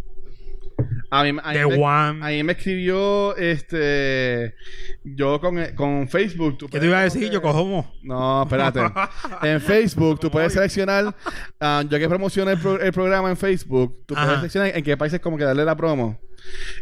[SPEAKER 3] A mí, a mí
[SPEAKER 2] de
[SPEAKER 3] me-
[SPEAKER 2] Guam.
[SPEAKER 3] a mí me escribió este... Yo con, con Facebook... tú
[SPEAKER 2] ¿Qué te
[SPEAKER 3] puedes
[SPEAKER 2] iba a
[SPEAKER 3] como
[SPEAKER 2] decir?
[SPEAKER 3] que-
[SPEAKER 2] Yo cojo...
[SPEAKER 3] No, espérate. En Facebook, tú puedes seleccionar. ah, yo que promociono el, pro- el programa en Facebook, tú puedes
[SPEAKER 2] Ajá.
[SPEAKER 3] seleccionar en qué países como que darle la promo.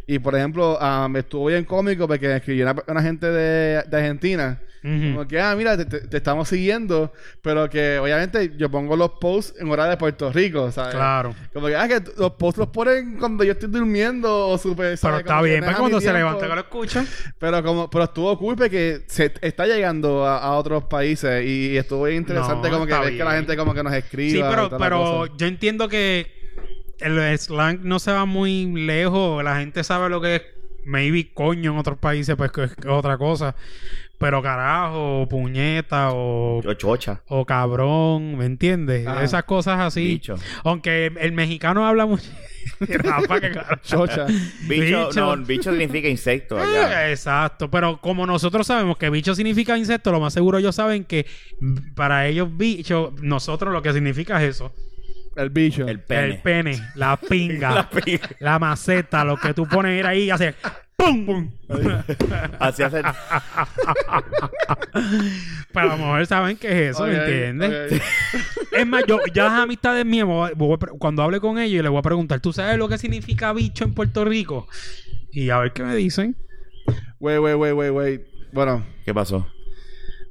[SPEAKER 3] Y por ejemplo, ah, me estuvo bien cómico porque me escribió una, una gente de, de Argentina.
[SPEAKER 2] Ujú.
[SPEAKER 3] Como que, ah, mira, te, te- te estamos siguiendo, pero que obviamente yo pongo los posts en hora de Puerto Rico, ¿sabes?
[SPEAKER 2] Claro.
[SPEAKER 3] Como que, ah, que t- los posts los ponen cuando yo estoy durmiendo o
[SPEAKER 2] Pero
[SPEAKER 3] súper. ¿sabes?
[SPEAKER 2] está
[SPEAKER 3] Como que
[SPEAKER 2] bien,
[SPEAKER 3] no
[SPEAKER 2] para
[SPEAKER 3] es a
[SPEAKER 2] cuando
[SPEAKER 3] mi
[SPEAKER 2] se
[SPEAKER 3] tiempo.
[SPEAKER 2] levanta que lo escucha.
[SPEAKER 3] Pero como, pero estuvo cool porque se está llegando a, a otros países y, estuvo bien interesante
[SPEAKER 2] No,
[SPEAKER 3] como que
[SPEAKER 2] está
[SPEAKER 3] ver que la
[SPEAKER 2] bien.
[SPEAKER 3] gente como que nos escriba.
[SPEAKER 2] Sí,
[SPEAKER 3] y
[SPEAKER 2] pero,
[SPEAKER 3] toda la cosa.
[SPEAKER 2] <laughs> pero yo entiendo que el slang no se va muy lejos. La gente sabe lo que es maybe coño en otros países, pues que es que es otra cosa. Pero carajo, o puñeta o,
[SPEAKER 1] O chocha,
[SPEAKER 2] o cabrón, ¿me entiendes?
[SPEAKER 3] Ajá.
[SPEAKER 2] Esas cosas así.
[SPEAKER 1] bicho.
[SPEAKER 2] Aunque el, el mexicano habla mucho. <laughs> Rafa,
[SPEAKER 3] <laughs>
[SPEAKER 2] que carajo.
[SPEAKER 3] Chocha.
[SPEAKER 1] Bicho,
[SPEAKER 2] Bicho. Eh,
[SPEAKER 1] no, bicho significa insecto allá.
[SPEAKER 2] Exacto, pero como nosotros sabemos que bicho significa insecto, lo más seguro ellos saben que para ellos bicho, nosotros lo que significa es eso.
[SPEAKER 3] El bicho.
[SPEAKER 1] El pene.
[SPEAKER 2] <laughs> El pene, la pinga, la,
[SPEAKER 1] <laughs> La pica.
[SPEAKER 2] maceta, lo que tú pones ir ahí y haces ¡pum! ¡pum!
[SPEAKER 1] Así hace.
[SPEAKER 2] <laughs> Pero a lo mejor saben que es eso,
[SPEAKER 3] Ok,
[SPEAKER 2] ¿me entiendes?
[SPEAKER 3] ok.
[SPEAKER 2] Es más, yo ya las amistades mías, me voy a- voy a pre- cuando hable con ellos, les voy a preguntar, ¿tú sabes lo que significa bicho en Puerto Rico? Y a ver qué me dicen.
[SPEAKER 3] Wey, wey, wey, wey, wey. Bueno.
[SPEAKER 1] ¿Qué pasó?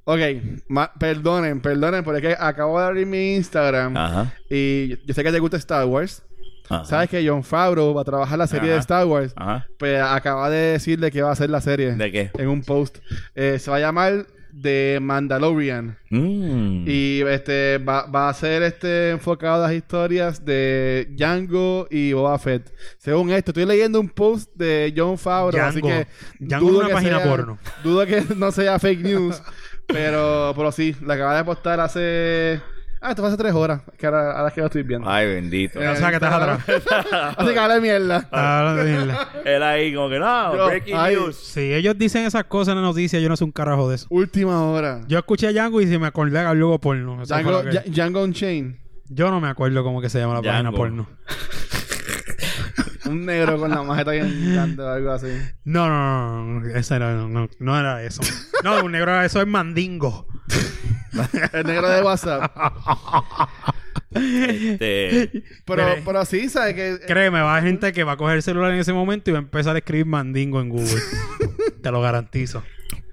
[SPEAKER 3] Ok. Ma- perdonen, perdonen, porque es que acabo de abrir mi Instagram
[SPEAKER 1] Ajá.
[SPEAKER 3] y yo sé que te gusta Star Wars.
[SPEAKER 1] Ah. Ajá.
[SPEAKER 3] ¿Sabes que John Favreau va a trabajar la serie
[SPEAKER 1] Ajá.
[SPEAKER 3] de Star Wars?
[SPEAKER 1] Ajá.
[SPEAKER 3] Pues acaba de decirle que va a hacer la serie.
[SPEAKER 1] ¿De qué?
[SPEAKER 3] En un post. Eh, se va a llamar The Mandalorian.
[SPEAKER 1] Mm.
[SPEAKER 3] Y este va, va a ser este enfocado a las historias de Django y Boba Fett. Según esto, estoy leyendo un post de John Favreau, así
[SPEAKER 2] Django.
[SPEAKER 3] que
[SPEAKER 2] Django es una página
[SPEAKER 3] sea-
[SPEAKER 2] porno.
[SPEAKER 3] Dudo que no sea fake news, pero pero sí, la acaba de postar hace Ah, esto fue hace tres horas, que ahora, ahora es que lo estoy viendo.
[SPEAKER 1] Ay, bendito.
[SPEAKER 3] Eh,
[SPEAKER 2] O sea, que estás atrás.
[SPEAKER 1] Ah.
[SPEAKER 3] Así que habla mierda.
[SPEAKER 2] Estás hablando de mierda.
[SPEAKER 1] Él ahí como que no,
[SPEAKER 3] Yo-
[SPEAKER 1] breaking
[SPEAKER 3] ay.
[SPEAKER 1] news.
[SPEAKER 2] Si ellos dicen esas cosas en la noticia, yo no sé un carajo de eso.
[SPEAKER 3] Última hora.
[SPEAKER 2] Yo escuché a Django y se me acordé que luego porno. Eso fue
[SPEAKER 3] Django,
[SPEAKER 2] lo que-
[SPEAKER 3] Ja- Django Unchained.
[SPEAKER 2] Yo no me acuerdo cómo que se llama la página
[SPEAKER 1] Django.
[SPEAKER 2] porno.
[SPEAKER 3] Un negro con la majeta bien grande o algo así.
[SPEAKER 2] No, no, no, no, esa era- no, no, no era
[SPEAKER 3] <laughs>
[SPEAKER 2] eso. No, un negro era eso es mandingo.
[SPEAKER 3] El negro de WhatsApp.
[SPEAKER 1] Este,
[SPEAKER 3] Pero,
[SPEAKER 2] Mire.
[SPEAKER 3] pero sí, ¿sabes que
[SPEAKER 2] Créeme, va a haber gente que va a coger el celular en ese momento y va a empezar a escribir mandingo en
[SPEAKER 3] <laughs>
[SPEAKER 2] Google. Te lo garantizo.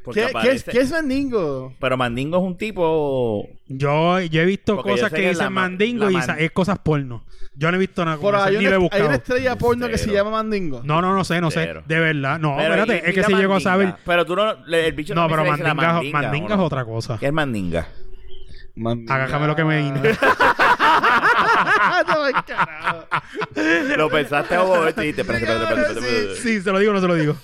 [SPEAKER 1] porque
[SPEAKER 3] ¿Qué, qué es,
[SPEAKER 1] aparece-
[SPEAKER 3] ¿Qué es Mandingo?
[SPEAKER 1] Pero Mandingo es un tipo...
[SPEAKER 2] Yo, yo he visto
[SPEAKER 1] Porque yo
[SPEAKER 2] cosas
[SPEAKER 1] sé
[SPEAKER 2] que
[SPEAKER 1] que la
[SPEAKER 2] dicen
[SPEAKER 1] ma-
[SPEAKER 2] mandingo
[SPEAKER 1] la
[SPEAKER 2] y
[SPEAKER 1] man-
[SPEAKER 2] sa- es cosas porno. Yo no he visto nada
[SPEAKER 3] Por
[SPEAKER 2] como eso,
[SPEAKER 3] ahí
[SPEAKER 2] ni
[SPEAKER 3] hay,
[SPEAKER 2] lo he
[SPEAKER 3] una, hay una
[SPEAKER 2] buscado.
[SPEAKER 3] estrella porno que se
[SPEAKER 1] Cero.
[SPEAKER 3] llama Mandingo.
[SPEAKER 2] No, no, no sé, no sé.
[SPEAKER 1] Cero.
[SPEAKER 2] De verdad. No,
[SPEAKER 1] Pero,
[SPEAKER 2] espérate,
[SPEAKER 1] ¿y- y
[SPEAKER 2] es que
[SPEAKER 1] la
[SPEAKER 2] si llego a
[SPEAKER 1] mandinga?
[SPEAKER 2] saber.
[SPEAKER 1] Pero tú no... le- El bicho
[SPEAKER 2] No, pero
[SPEAKER 1] también se dice la
[SPEAKER 2] mandinga, mandinga,
[SPEAKER 1] ¿o
[SPEAKER 2] es
[SPEAKER 1] no?
[SPEAKER 2] otra cosa.
[SPEAKER 1] ¿Qué es mandinga?
[SPEAKER 3] Mandinga.
[SPEAKER 2] Agájame lo
[SPEAKER 1] <laughs>
[SPEAKER 2] que me guinda.
[SPEAKER 3] Ah, no, <laughs> ay, carajo.
[SPEAKER 1] Lo pensaste vos y dijiste, espérate, espérate, espérate, espérate, espérate.
[SPEAKER 2] Sí, se lo digo o no se
[SPEAKER 1] <laughs>
[SPEAKER 2] lo digo.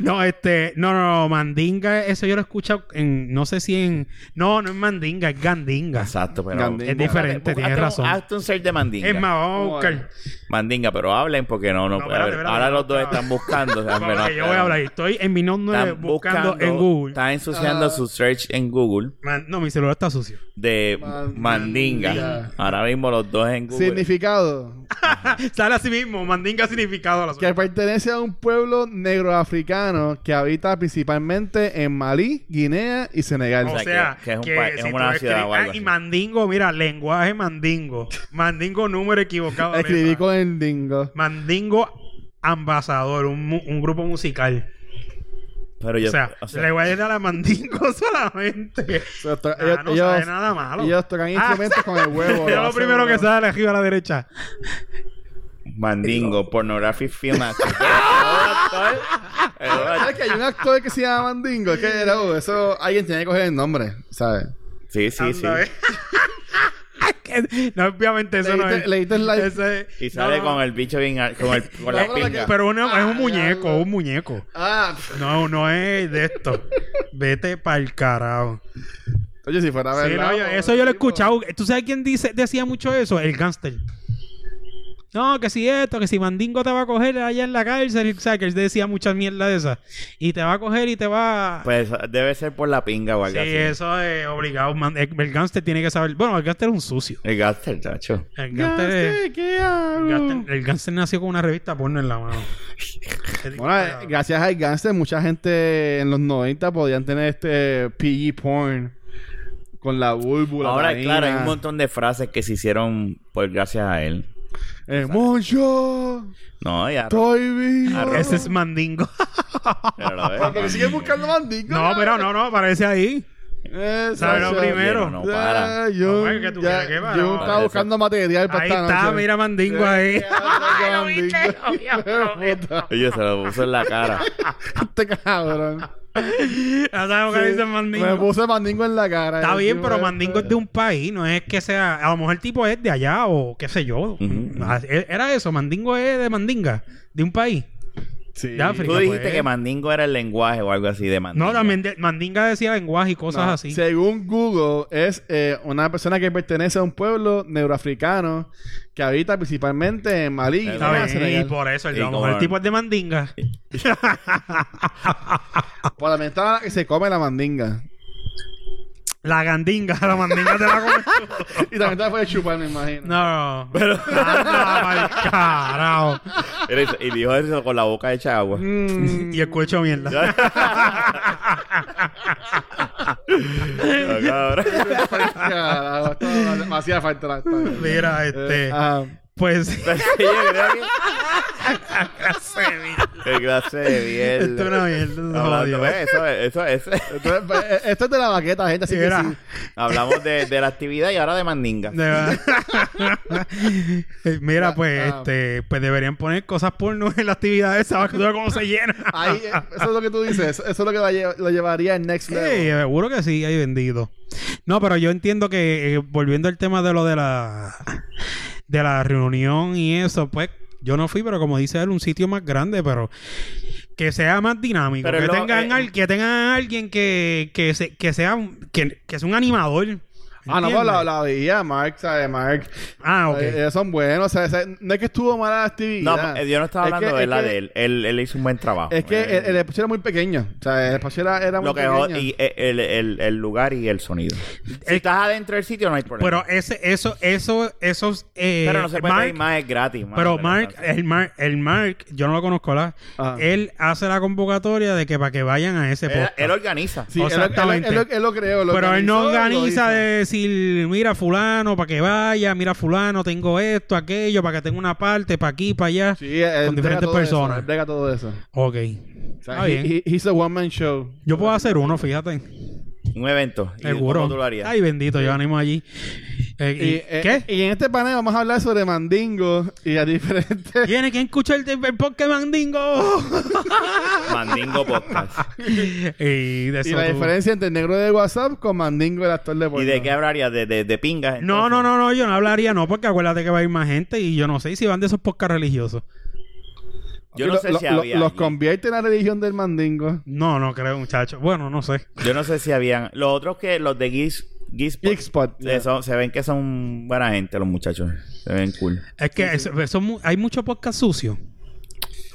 [SPEAKER 2] No, este, no, no, no, mandinga, eso yo lo he escuchado en, no sé si en, no, no es mandinga, es gandinga.
[SPEAKER 1] Exacto, pero...
[SPEAKER 3] Gandinga.
[SPEAKER 2] Es diferente,
[SPEAKER 1] Búscate-
[SPEAKER 2] tienes
[SPEAKER 1] hazte un-
[SPEAKER 2] razón.
[SPEAKER 1] Hazte un search de mandinga.
[SPEAKER 2] Es más, vamos a buscar.
[SPEAKER 1] Mandinga, pero hablen porque no, no,
[SPEAKER 2] No,
[SPEAKER 1] puede haber.
[SPEAKER 2] espérate, espérate,
[SPEAKER 1] Ahora los dos
[SPEAKER 2] espérate.
[SPEAKER 1] están buscando. o sea,
[SPEAKER 2] Vamos,
[SPEAKER 1] no,
[SPEAKER 2] que yo voy a hablar, estoy en mi nombre
[SPEAKER 1] Están
[SPEAKER 2] buscando, en Google.
[SPEAKER 1] Están ensuciando
[SPEAKER 3] Ah.
[SPEAKER 1] su search en Google
[SPEAKER 2] Man- no, mi celular está sucio. <laughs>
[SPEAKER 1] de
[SPEAKER 3] Man-
[SPEAKER 1] mandinga.
[SPEAKER 3] mandinga.
[SPEAKER 1] Ahora mismo los dos en Google.
[SPEAKER 3] Significado.
[SPEAKER 2] Sale así mismo, mandinga significado a la
[SPEAKER 3] Que
[SPEAKER 2] suerte.
[SPEAKER 3] pertenece a un pueblo negroafricano que habita principalmente en Malí, Guinea y Senegal.
[SPEAKER 1] O
[SPEAKER 2] O
[SPEAKER 1] sea,
[SPEAKER 2] sea,
[SPEAKER 1] que- que
[SPEAKER 2] que,
[SPEAKER 1] es un pa- es
[SPEAKER 2] si
[SPEAKER 1] una
[SPEAKER 2] tú
[SPEAKER 1] ciudad o
[SPEAKER 2] escribes-
[SPEAKER 1] algo
[SPEAKER 2] ah, y
[SPEAKER 1] así.
[SPEAKER 2] mandingo, mira, lenguaje mandingo. Mandingo
[SPEAKER 1] <laughs>
[SPEAKER 2] número equivocado.
[SPEAKER 3] Escribí
[SPEAKER 2] letra.
[SPEAKER 3] con el dingo.
[SPEAKER 2] Mandingo Ambasador, un, mu- un grupo musical.
[SPEAKER 1] Pero yo,
[SPEAKER 2] o, sea, le voy a ir a la mandingo <laughs> solamente.
[SPEAKER 3] Pero to-
[SPEAKER 2] Ah, no sabe nada malo.
[SPEAKER 3] ellos tocan instrumentos
[SPEAKER 2] <laughs>
[SPEAKER 3] con el huevo.
[SPEAKER 2] Pero lo
[SPEAKER 3] hace
[SPEAKER 2] primero
[SPEAKER 3] uno.
[SPEAKER 2] que sale arriba a la derecha.
[SPEAKER 1] mandingo, pornographic film. actor. <laughs>
[SPEAKER 3] ¿Sabes que hay un actor que se llama Mandingo? Es que era, oh, eso alguien tiene que coger el nombre, ¿sabes?
[SPEAKER 1] sí, sí, sí.
[SPEAKER 2] Anda, eh. ve. <laughs> Que- no, obviamente eso no
[SPEAKER 3] Leíste-
[SPEAKER 2] es.
[SPEAKER 3] leíste el live.
[SPEAKER 2] Eso es-
[SPEAKER 1] Y sale
[SPEAKER 2] no, no,
[SPEAKER 1] con el bicho bien al- con, el, con la
[SPEAKER 3] No, pero
[SPEAKER 1] pinga.
[SPEAKER 2] Pero una- es un
[SPEAKER 3] Ah,
[SPEAKER 2] muñeco,
[SPEAKER 3] diablo.
[SPEAKER 2] un muñeco.
[SPEAKER 3] Ah,
[SPEAKER 2] No, no es de esto. Vete pa'l carajo.
[SPEAKER 3] oye, si fuera
[SPEAKER 2] Sí,
[SPEAKER 3] verdad. pues,
[SPEAKER 2] no, yo-
[SPEAKER 3] o-
[SPEAKER 2] eso yo lo he
[SPEAKER 3] tipo-
[SPEAKER 2] escuchado. ¿Tú sabes quién dice, decía mucho eso? El gángster. No, que si esto, que si Mandingo te va a coger allá en la cárcel. O sea, que él decía muchas mierdas de esas. Y te va a coger y te va... a...
[SPEAKER 1] Pues debe ser por la pinga o
[SPEAKER 2] sí,
[SPEAKER 1] algo así.
[SPEAKER 2] eso es obligado. Man- El, el gángster tiene que saber... Bueno, el gángster es un sucio.
[SPEAKER 1] El gaster, chacho.
[SPEAKER 2] El gángster, es-
[SPEAKER 3] Gaste, ¿qué hago?
[SPEAKER 2] el gángster- el gángster nació con una revista porno en la mano.
[SPEAKER 3] Bueno, eh, gracias al gangster, mucha gente en los 90 podían tener este PG porn con la búlbula.
[SPEAKER 1] Ahora,
[SPEAKER 3] la
[SPEAKER 1] claro, hay
[SPEAKER 3] vaina.
[SPEAKER 1] un montón de frases que se hicieron por gracias a él.
[SPEAKER 3] Eh, Moncho,
[SPEAKER 1] No, ya.
[SPEAKER 3] <laughs> estoy vivo.
[SPEAKER 1] Arroz.
[SPEAKER 2] Ese es Mandingo. <laughs>
[SPEAKER 1] pero lo ves,
[SPEAKER 3] Porque sigue buscando mandingo.
[SPEAKER 2] no, pero no, no, aparece ahí.
[SPEAKER 3] Eh,
[SPEAKER 2] ¿Sabes lo
[SPEAKER 3] Sacha.
[SPEAKER 2] primero?
[SPEAKER 1] Pero no para.
[SPEAKER 3] Ya, yo,
[SPEAKER 2] No, es que tú
[SPEAKER 3] ya,
[SPEAKER 2] quieres que para,
[SPEAKER 3] yo
[SPEAKER 2] no.
[SPEAKER 3] estaba buscando material para
[SPEAKER 2] Ahí
[SPEAKER 3] esta
[SPEAKER 2] está,
[SPEAKER 3] noche.
[SPEAKER 2] mira Mandingo ahí.
[SPEAKER 3] Ya,
[SPEAKER 2] Lo viste,
[SPEAKER 3] mandingo.
[SPEAKER 2] obvio, lo viste.
[SPEAKER 1] <laughs> Oye, se lo puso en la cara.
[SPEAKER 3] <laughs> Este cabrón.
[SPEAKER 2] Ya sabes lo que dicen mandingo.
[SPEAKER 3] Me puse mandingo en la cara.
[SPEAKER 2] Está
[SPEAKER 3] Yo eh,
[SPEAKER 2] bien,
[SPEAKER 3] sí,
[SPEAKER 2] pero
[SPEAKER 3] me-
[SPEAKER 2] mandingo es de un país, no es que sea. A lo mejor el tipo es de allá o qué sé yo. Ah, e- Era eso, mandingo es de mandinga, de un país.
[SPEAKER 3] Sí.
[SPEAKER 2] de África.
[SPEAKER 1] Tú dijiste
[SPEAKER 2] pues.
[SPEAKER 1] que mandingo era el lenguaje o algo así de mandingo.
[SPEAKER 2] No, también de- mandinga decía lenguaje y cosas
[SPEAKER 3] No,
[SPEAKER 2] así.
[SPEAKER 3] Según Google, es eh, una persona que pertenece a un pueblo neuroafricano que habita principalmente en Malí.
[SPEAKER 1] Está
[SPEAKER 2] Está
[SPEAKER 3] ¿no?
[SPEAKER 2] bien,
[SPEAKER 3] Senegal.
[SPEAKER 2] y por eso el,
[SPEAKER 1] Y
[SPEAKER 2] a lo mejor
[SPEAKER 1] como-
[SPEAKER 2] el tipo es de mandinga.
[SPEAKER 3] Por la ventana que se come la mandinga.
[SPEAKER 2] La gandinga, la mandinga te la comes. tú.
[SPEAKER 3] <laughs> y también te la puedes chupar, me imagino. <laughs>
[SPEAKER 2] No, no. Pero. Anda, pa'l carajo.
[SPEAKER 1] Era eso, Y dijo eso con la boca hecha agua. <laughs>
[SPEAKER 3] Mm.
[SPEAKER 2] Y escucho mierda.
[SPEAKER 1] Ah, cabrón. <laughs>
[SPEAKER 3] Carajo, esto me hacía falta la- esta-
[SPEAKER 2] Mira, este.
[SPEAKER 3] Ah,
[SPEAKER 2] Pues. <laughs>
[SPEAKER 1] Pero sí, yo creo que-
[SPEAKER 2] clase de mierda.
[SPEAKER 1] Qué clase de mierda.
[SPEAKER 2] Esto es una mierda, se
[SPEAKER 1] Hablando- eh,
[SPEAKER 2] jodió.
[SPEAKER 1] eso, eso, eso,
[SPEAKER 3] Esto es- pues, eh, esto es de la baqueta, gente. Así
[SPEAKER 2] Sí,
[SPEAKER 3] que
[SPEAKER 2] era.
[SPEAKER 3] sí.
[SPEAKER 1] <laughs> Hablamos de, de la actividad y ahora de mandinga.
[SPEAKER 2] De
[SPEAKER 3] <laughs>
[SPEAKER 2] verdad. Eh, Mira, pues,
[SPEAKER 3] Ah, ah.
[SPEAKER 2] este, pues deberían poner cosas porno en la actividad esa, para que tú veas cómo se llena.
[SPEAKER 3] Ahí, eh, eso es lo que tú dices. Eso es lo que lo, lle- lo llevaría en
[SPEAKER 2] <laughs>
[SPEAKER 3] Next
[SPEAKER 2] Sí,
[SPEAKER 3] Level.
[SPEAKER 2] seguro que sí, ahí vendido. No, pero yo entiendo que, eh, volviendo al tema de lo de la de la reunión y eso, pues yo no fui, pero como dice él, un sitio más grande, pero que sea más dinámico,
[SPEAKER 1] Pero
[SPEAKER 2] que,
[SPEAKER 1] lo-
[SPEAKER 2] tengan
[SPEAKER 1] eh,
[SPEAKER 2] al- que tengan a alguien que, que, se- que sea un- que, que sea un animador.
[SPEAKER 3] Ah, no, pues
[SPEAKER 2] ¿Entiendes?
[SPEAKER 3] la, la veía, Mark, ¿sabes? Mark.
[SPEAKER 2] Ah, ok.
[SPEAKER 3] Eh, ellos son buenos. O sea, ese- no es que estuvo mala la
[SPEAKER 1] No,
[SPEAKER 3] actividad.
[SPEAKER 1] eh, yo no estaba
[SPEAKER 3] Es
[SPEAKER 1] hablando
[SPEAKER 3] que-
[SPEAKER 1] de
[SPEAKER 3] es
[SPEAKER 1] la
[SPEAKER 3] que-
[SPEAKER 1] de él. él. Él hizo un buen trabajo.
[SPEAKER 3] Es que
[SPEAKER 1] Eh,
[SPEAKER 3] el, el espacio era muy pequeño. O sea, el espacio era, era muy
[SPEAKER 1] lo que
[SPEAKER 3] pequeño.
[SPEAKER 1] jod- y eh, el, el- el lugar y el sonido. Si
[SPEAKER 2] Eh,
[SPEAKER 1] estás adentro del sitio no hay problema.
[SPEAKER 2] pero eh, ese, eso, eso, esos, eh,
[SPEAKER 1] Pero no se puede
[SPEAKER 2] Mark-
[SPEAKER 1] pedir más, es gratis. más,
[SPEAKER 2] Pero este,
[SPEAKER 1] de
[SPEAKER 2] Mark,
[SPEAKER 1] verdad.
[SPEAKER 2] el Mark, el Mark, yo no lo conozco, ¿la?
[SPEAKER 3] Ah.
[SPEAKER 2] Él hace la convocatoria de que para que vayan a ese
[SPEAKER 1] él,
[SPEAKER 2] podcast.
[SPEAKER 1] él organiza.
[SPEAKER 3] Sí, él lo- él lo-
[SPEAKER 2] Exactamente.
[SPEAKER 3] Él, lo- él lo creó. lo
[SPEAKER 2] pero él no
[SPEAKER 3] organizó y lo
[SPEAKER 2] organiza
[SPEAKER 3] hizo.
[SPEAKER 2] de decir, mira fulano, para que vaya, mira fulano, tengo esto, aquello, para que tenga una parte, para aquí, para allá.
[SPEAKER 3] Sí, él brega
[SPEAKER 2] diferentes
[SPEAKER 3] todo eso,
[SPEAKER 2] personas.
[SPEAKER 3] él brega todo eso.
[SPEAKER 2] Ok.
[SPEAKER 3] O sea,
[SPEAKER 2] Está
[SPEAKER 3] he-
[SPEAKER 2] bien.
[SPEAKER 3] he- he's a one man show.
[SPEAKER 2] Yo puedo hacer uno, fíjate.
[SPEAKER 1] Un evento. ¿Y
[SPEAKER 2] Seguro.
[SPEAKER 1] ¿Cómo tú lo harías?
[SPEAKER 2] Ay, <laughs> bendito, yo animo allí. Eh,
[SPEAKER 3] Y,
[SPEAKER 2] y-
[SPEAKER 3] eh,
[SPEAKER 2] ¿Qué?
[SPEAKER 3] y en este panel vamos a hablar sobre mandingo y
[SPEAKER 2] <laughs>
[SPEAKER 3] a diferentes.
[SPEAKER 2] Tiene que escuchar el, el podcast
[SPEAKER 3] <laughs>
[SPEAKER 2] Mandingo.
[SPEAKER 1] Mandingo Podcast.
[SPEAKER 2] <laughs> y de
[SPEAKER 3] Y
[SPEAKER 2] eso
[SPEAKER 3] la
[SPEAKER 2] tú-
[SPEAKER 3] diferencia entre el negro de WhatsApp con mandingo, el actor de
[SPEAKER 1] ¿Y
[SPEAKER 3] porno.
[SPEAKER 1] de qué hablarías? ¿De, de, de pingas?
[SPEAKER 2] No, no, no, no, yo no hablaría, no, porque acuérdate que va a ir más gente y yo no sé si van de esos podcasts religiosos.
[SPEAKER 1] Yo no
[SPEAKER 3] Lo-
[SPEAKER 1] sé
[SPEAKER 3] lo-
[SPEAKER 1] si
[SPEAKER 3] lo-
[SPEAKER 1] había
[SPEAKER 3] Los
[SPEAKER 1] allí.
[SPEAKER 3] convierte en la religión del mandingo.
[SPEAKER 2] No, no creo, muchacho. Bueno, no sé.
[SPEAKER 1] Yo no sé si habían. Los otros que los de Giz, Gizpod,
[SPEAKER 3] Gizpod,
[SPEAKER 1] eh,
[SPEAKER 3] yeah.
[SPEAKER 1] son- se ven que son buena gente los muchachos. Se ven cool.
[SPEAKER 2] Es que eso- eso mu- hay muchos podcasts sucios.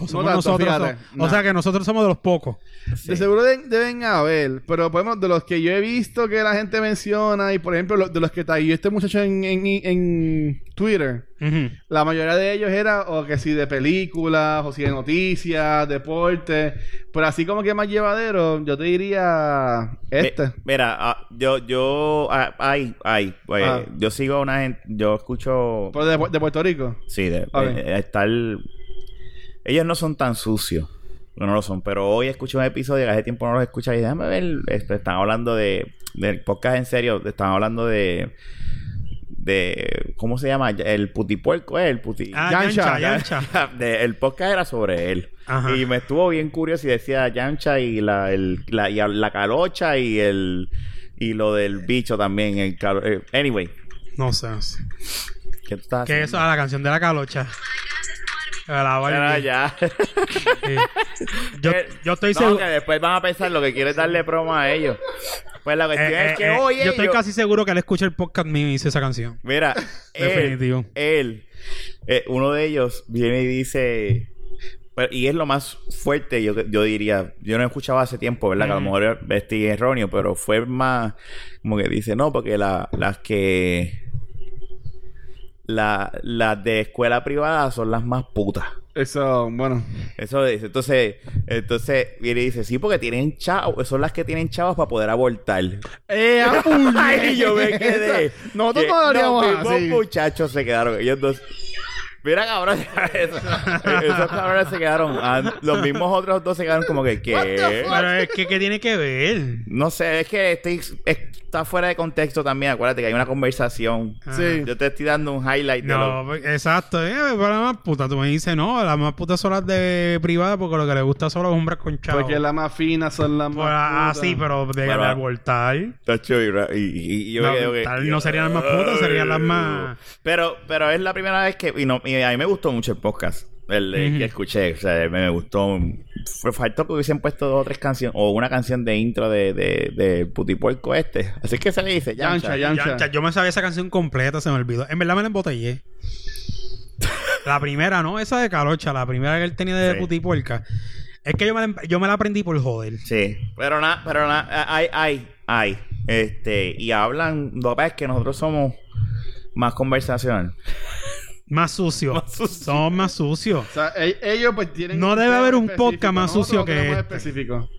[SPEAKER 2] O, somos
[SPEAKER 3] tanto,
[SPEAKER 2] nosotros,
[SPEAKER 3] fíjate.
[SPEAKER 2] o-
[SPEAKER 3] Nah.
[SPEAKER 2] o sea que nosotros somos de los pocos.
[SPEAKER 1] Sí.
[SPEAKER 3] De seguro de- deben haber, pero podemos, de los que yo he visto que la gente menciona, y por ejemplo, lo- de los que taguió este muchacho en, en, en Twitter,
[SPEAKER 2] Ujú.
[SPEAKER 3] la mayoría de ellos era o que si de películas, o si de noticias, deporte, pero así como que más llevadero, yo te diría
[SPEAKER 1] Mi-
[SPEAKER 3] este.
[SPEAKER 1] mira, ah, yo, yo, ah, ay, ay, pues,
[SPEAKER 3] Ah.
[SPEAKER 1] yo sigo a una gente, yo escucho,
[SPEAKER 3] Por- De, Pu- de Puerto Rico.
[SPEAKER 1] sí, de,
[SPEAKER 3] Ok.
[SPEAKER 1] eh, estar, ellos no son tan sucios, no lo son, pero hoy escuché un episodio que hace tiempo no los escuchaba y déjame ver, este, están hablando de, del podcast en serio, están hablando de, de, ¿cómo se llama? El putipuerco, eh, el puti...
[SPEAKER 2] Ah,
[SPEAKER 3] Yancha,
[SPEAKER 2] Yancha, Yancha.
[SPEAKER 1] <laughs> De- el podcast era sobre él.
[SPEAKER 2] Ajá.
[SPEAKER 1] Y me estuvo bien curioso y decía Yancha y la, el- la, y a- la calocha y el y lo del bicho también. El calo- eh, anyway,
[SPEAKER 2] No sé. no sé.
[SPEAKER 1] ¿qué tú estás
[SPEAKER 2] Que
[SPEAKER 1] haciendo?
[SPEAKER 2] eso a la canción de la calocha. A la Barbie.
[SPEAKER 1] Era ya.
[SPEAKER 2] Sí. Yo, yo estoy
[SPEAKER 1] Eh,
[SPEAKER 2] eh,
[SPEAKER 1] No,
[SPEAKER 2] seguro.
[SPEAKER 1] que después van a pensar lo que quieres darle broma a ellos. Pues la cuestión
[SPEAKER 2] eh,
[SPEAKER 1] es
[SPEAKER 2] eh,
[SPEAKER 1] que
[SPEAKER 2] eh,
[SPEAKER 1] hoy
[SPEAKER 2] yo estoy
[SPEAKER 1] ellos-
[SPEAKER 2] casi seguro que él escucha el podcast mío y dice esa canción.
[SPEAKER 1] Mira,
[SPEAKER 2] Definitivo.
[SPEAKER 1] él, él, eh, uno de ellos viene y dice, pero- y es lo más fuerte, yo, yo diría, yo no escuchaba hace tiempo, ¿verdad? Que a lo mejor estoy erróneo, pero fue más, como que dice, no, porque la- las que, la- las de escuela privada son las más putas.
[SPEAKER 3] Eso, bueno.
[SPEAKER 1] Eso dice, entonces, entonces viene y dice, sí, porque tienen chavos, son las que tienen chavos para poder abortar.
[SPEAKER 3] ¡Eh, ah,
[SPEAKER 1] <laughs> Ay, yo me quedé. Eh,
[SPEAKER 3] Nosotros
[SPEAKER 1] Que
[SPEAKER 3] no haríamos
[SPEAKER 1] los mismos
[SPEAKER 3] así.
[SPEAKER 1] muchachos se quedaron. Ellos dos. Mira, cabrón.
[SPEAKER 3] <laughs>
[SPEAKER 1] eso- Esos cabrones se quedaron. ah, los mismos otros dos se quedaron como que, ¿qué?
[SPEAKER 2] Pero es que, ¿qué tiene que ver?
[SPEAKER 1] No sé, es que estoy- está fuera de contexto también. Acuérdate que hay una conversación.
[SPEAKER 3] Sí.
[SPEAKER 1] Yo te estoy dando un highlight de
[SPEAKER 2] No,
[SPEAKER 1] lo-
[SPEAKER 2] pues, exacto. Eh, para la más puta, tú me dices, no, las más putas son las de privada porque lo que le gusta son los hombres con chavos.
[SPEAKER 3] Porque las más finas son las más.
[SPEAKER 2] Pues, ah,
[SPEAKER 3] putas.
[SPEAKER 2] sí, pero de,
[SPEAKER 1] Bueno,
[SPEAKER 2] de abortar.
[SPEAKER 1] Tacho, y ra- y- y- y yo
[SPEAKER 2] No,
[SPEAKER 1] me quedé, ok.
[SPEAKER 2] tal, no serían las más putas, serían las más-
[SPEAKER 1] Pero, pero es la primera vez que. Y, no, y a mí me gustó mucho el podcast. El de-
[SPEAKER 2] Ujú.
[SPEAKER 1] que escuché. O sea, me, me gustó. Fue- Faltó que hubiesen puesto dos o tres canciones. O una canción de intro de, de, de Putipuerco este. Así que se le dice. Yancha.
[SPEAKER 3] Yancha,
[SPEAKER 2] Ya,
[SPEAKER 3] yancha.
[SPEAKER 2] ya, yo me sabía esa canción completa, se me olvidó. En verdad me la embotellé. la primera, ¿no? Esa de Calocha, la primera que él tenía de
[SPEAKER 1] Sí.
[SPEAKER 2] putipuerca. Es que yo me, la, yo me la aprendí por joder.
[SPEAKER 1] Sí. Pero nada, pero nada. Ay, ay, ay. Este. Y hablan. Lo que pasa es que nosotros somos más conversacional.
[SPEAKER 2] Más sucio. Somos más sucios.
[SPEAKER 3] O sea, e- ellos pues tienen...
[SPEAKER 2] No debe
[SPEAKER 3] tema
[SPEAKER 2] haber un
[SPEAKER 3] específico.
[SPEAKER 2] podcast más
[SPEAKER 3] Nosotros
[SPEAKER 2] sucio
[SPEAKER 3] no
[SPEAKER 2] que
[SPEAKER 3] tenemos
[SPEAKER 2] este.
[SPEAKER 3] específico.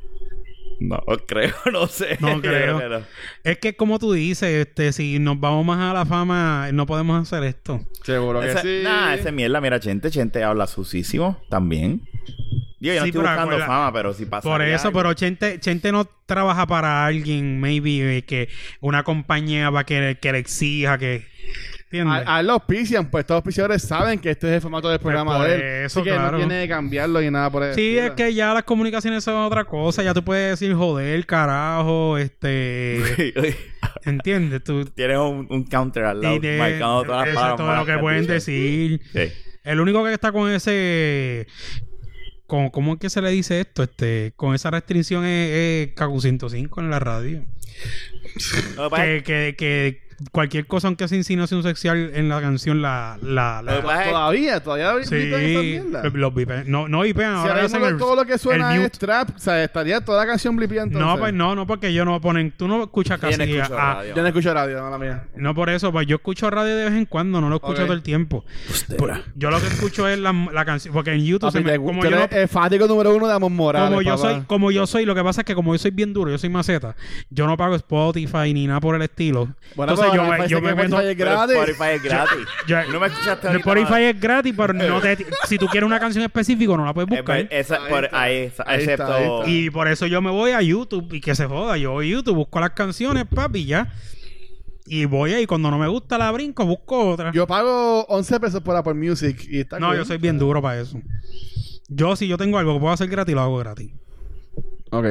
[SPEAKER 1] No, <laughs> creo, no sé.
[SPEAKER 2] No
[SPEAKER 1] <laughs>
[SPEAKER 2] creo.
[SPEAKER 1] que no.
[SPEAKER 2] Es que como tú dices, este, si nos vamos más a la fama, no podemos hacer esto.
[SPEAKER 3] Seguro que
[SPEAKER 1] Esa-
[SPEAKER 3] sí.
[SPEAKER 1] Nah, ese mierda, mira, Chente, Chente habla sucísimo también. Digo, yo no
[SPEAKER 2] Sí,
[SPEAKER 1] estoy
[SPEAKER 2] pero
[SPEAKER 1] buscando
[SPEAKER 2] acuerda-
[SPEAKER 1] fama, pero si pasa.
[SPEAKER 2] Por
[SPEAKER 1] <laughs>
[SPEAKER 2] eso, pero Chente, Chente no trabaja para alguien, maybe, eh, que una compañía va a querer que le exija que... ¿Entiendes?
[SPEAKER 1] Ah,
[SPEAKER 3] A, a él lo auspician, pues estos auspiciadores saben que este es el formato del
[SPEAKER 2] Pues,
[SPEAKER 3] programa
[SPEAKER 2] por
[SPEAKER 3] de él.
[SPEAKER 2] eso,
[SPEAKER 3] así que
[SPEAKER 2] claro.
[SPEAKER 3] no tiene que cambiarlo ni nada por eso.
[SPEAKER 2] Sí, es que ya las comunicaciones son otra cosa. Ya tú puedes decir, joder, carajo, este...
[SPEAKER 1] <laughs>
[SPEAKER 2] ¿Entiendes? Tú...
[SPEAKER 1] Tienes un, un counter al lado,
[SPEAKER 2] y de-
[SPEAKER 1] marcando todas las palabras.
[SPEAKER 2] exacto, lo
[SPEAKER 1] malas
[SPEAKER 2] que
[SPEAKER 1] has
[SPEAKER 2] pueden
[SPEAKER 1] dicho.
[SPEAKER 2] decir.
[SPEAKER 1] Sí.
[SPEAKER 2] El único que está con ese... Con, ¿Cómo es que se le dice esto? Este, con esa restricción es, es Kaku 105 en la radio.
[SPEAKER 1] Lo que pasa es
[SPEAKER 2] que, que, que cualquier cosa, aunque sea insinuación sexual en la canción, la. la, la-
[SPEAKER 1] Lo que pasa es-
[SPEAKER 3] Todavía, todavía gritan esa
[SPEAKER 2] sí,
[SPEAKER 3] mierda.
[SPEAKER 2] los vipen. No, no vipen,
[SPEAKER 3] si
[SPEAKER 2] ahora
[SPEAKER 3] ahora
[SPEAKER 2] hacen
[SPEAKER 3] mismo
[SPEAKER 2] el-
[SPEAKER 3] todo lo que suena
[SPEAKER 2] el mute.
[SPEAKER 3] es trap, o sea, estaría toda la canción blipeada entonces.
[SPEAKER 2] No, pues no, no, porque ellos no ponen. Tú no escuchas
[SPEAKER 1] Yo no
[SPEAKER 2] casi.
[SPEAKER 1] escucho
[SPEAKER 2] a-
[SPEAKER 1] radio.
[SPEAKER 3] Yo no escucho radio, mala mía.
[SPEAKER 2] no por eso, pues yo escucho radio de vez en cuando, no lo escucho
[SPEAKER 3] Ok.
[SPEAKER 2] todo el tiempo.
[SPEAKER 1] Hostia.
[SPEAKER 2] Yo lo que escucho es la, la canción, porque en YouTube,
[SPEAKER 3] Papi,
[SPEAKER 2] se me-
[SPEAKER 3] te-
[SPEAKER 2] como
[SPEAKER 3] tú
[SPEAKER 2] yo, no-
[SPEAKER 3] eres el fanático número uno de Amon Morales,
[SPEAKER 2] como yo
[SPEAKER 3] papá.
[SPEAKER 2] soy, como yo soy, lo que pasa es que como yo soy bien duro, yo soy maceta, yo no pago Spotify ni nada por el estilo.
[SPEAKER 3] Bueno,
[SPEAKER 2] Entonces
[SPEAKER 3] pero
[SPEAKER 2] yo, me-
[SPEAKER 3] parece
[SPEAKER 2] yo
[SPEAKER 3] que
[SPEAKER 2] me meto,
[SPEAKER 3] Spotify es
[SPEAKER 1] Pero
[SPEAKER 3] gratis.
[SPEAKER 1] Spotify es gratis.
[SPEAKER 2] Ya-
[SPEAKER 1] no me escuchaste
[SPEAKER 2] El
[SPEAKER 1] ahorita,
[SPEAKER 2] Spotify
[SPEAKER 1] madre.
[SPEAKER 2] es gratis, pero no te, si tú quieres una canción específica no la puedes
[SPEAKER 1] Eh, pues,
[SPEAKER 2] buscar.
[SPEAKER 1] esa-
[SPEAKER 3] Ahí
[SPEAKER 1] por-
[SPEAKER 3] está.
[SPEAKER 1] ahí está,
[SPEAKER 3] Ahí está,
[SPEAKER 1] excepto.
[SPEAKER 3] ahí está.
[SPEAKER 2] Y por eso yo me voy a YouTube y que se joda. Yo voy a YouTube, busco las canciones, papi, ya. Y voy ahí, cuando no me gusta la brinco, busco otra.
[SPEAKER 3] Yo pago 11 pesos por Apple Music y está
[SPEAKER 2] no,
[SPEAKER 3] cool.
[SPEAKER 2] yo soy bien duro para eso. Yo, si yo tengo algo que puedo hacer gratis, lo hago gratis.
[SPEAKER 3] Ok.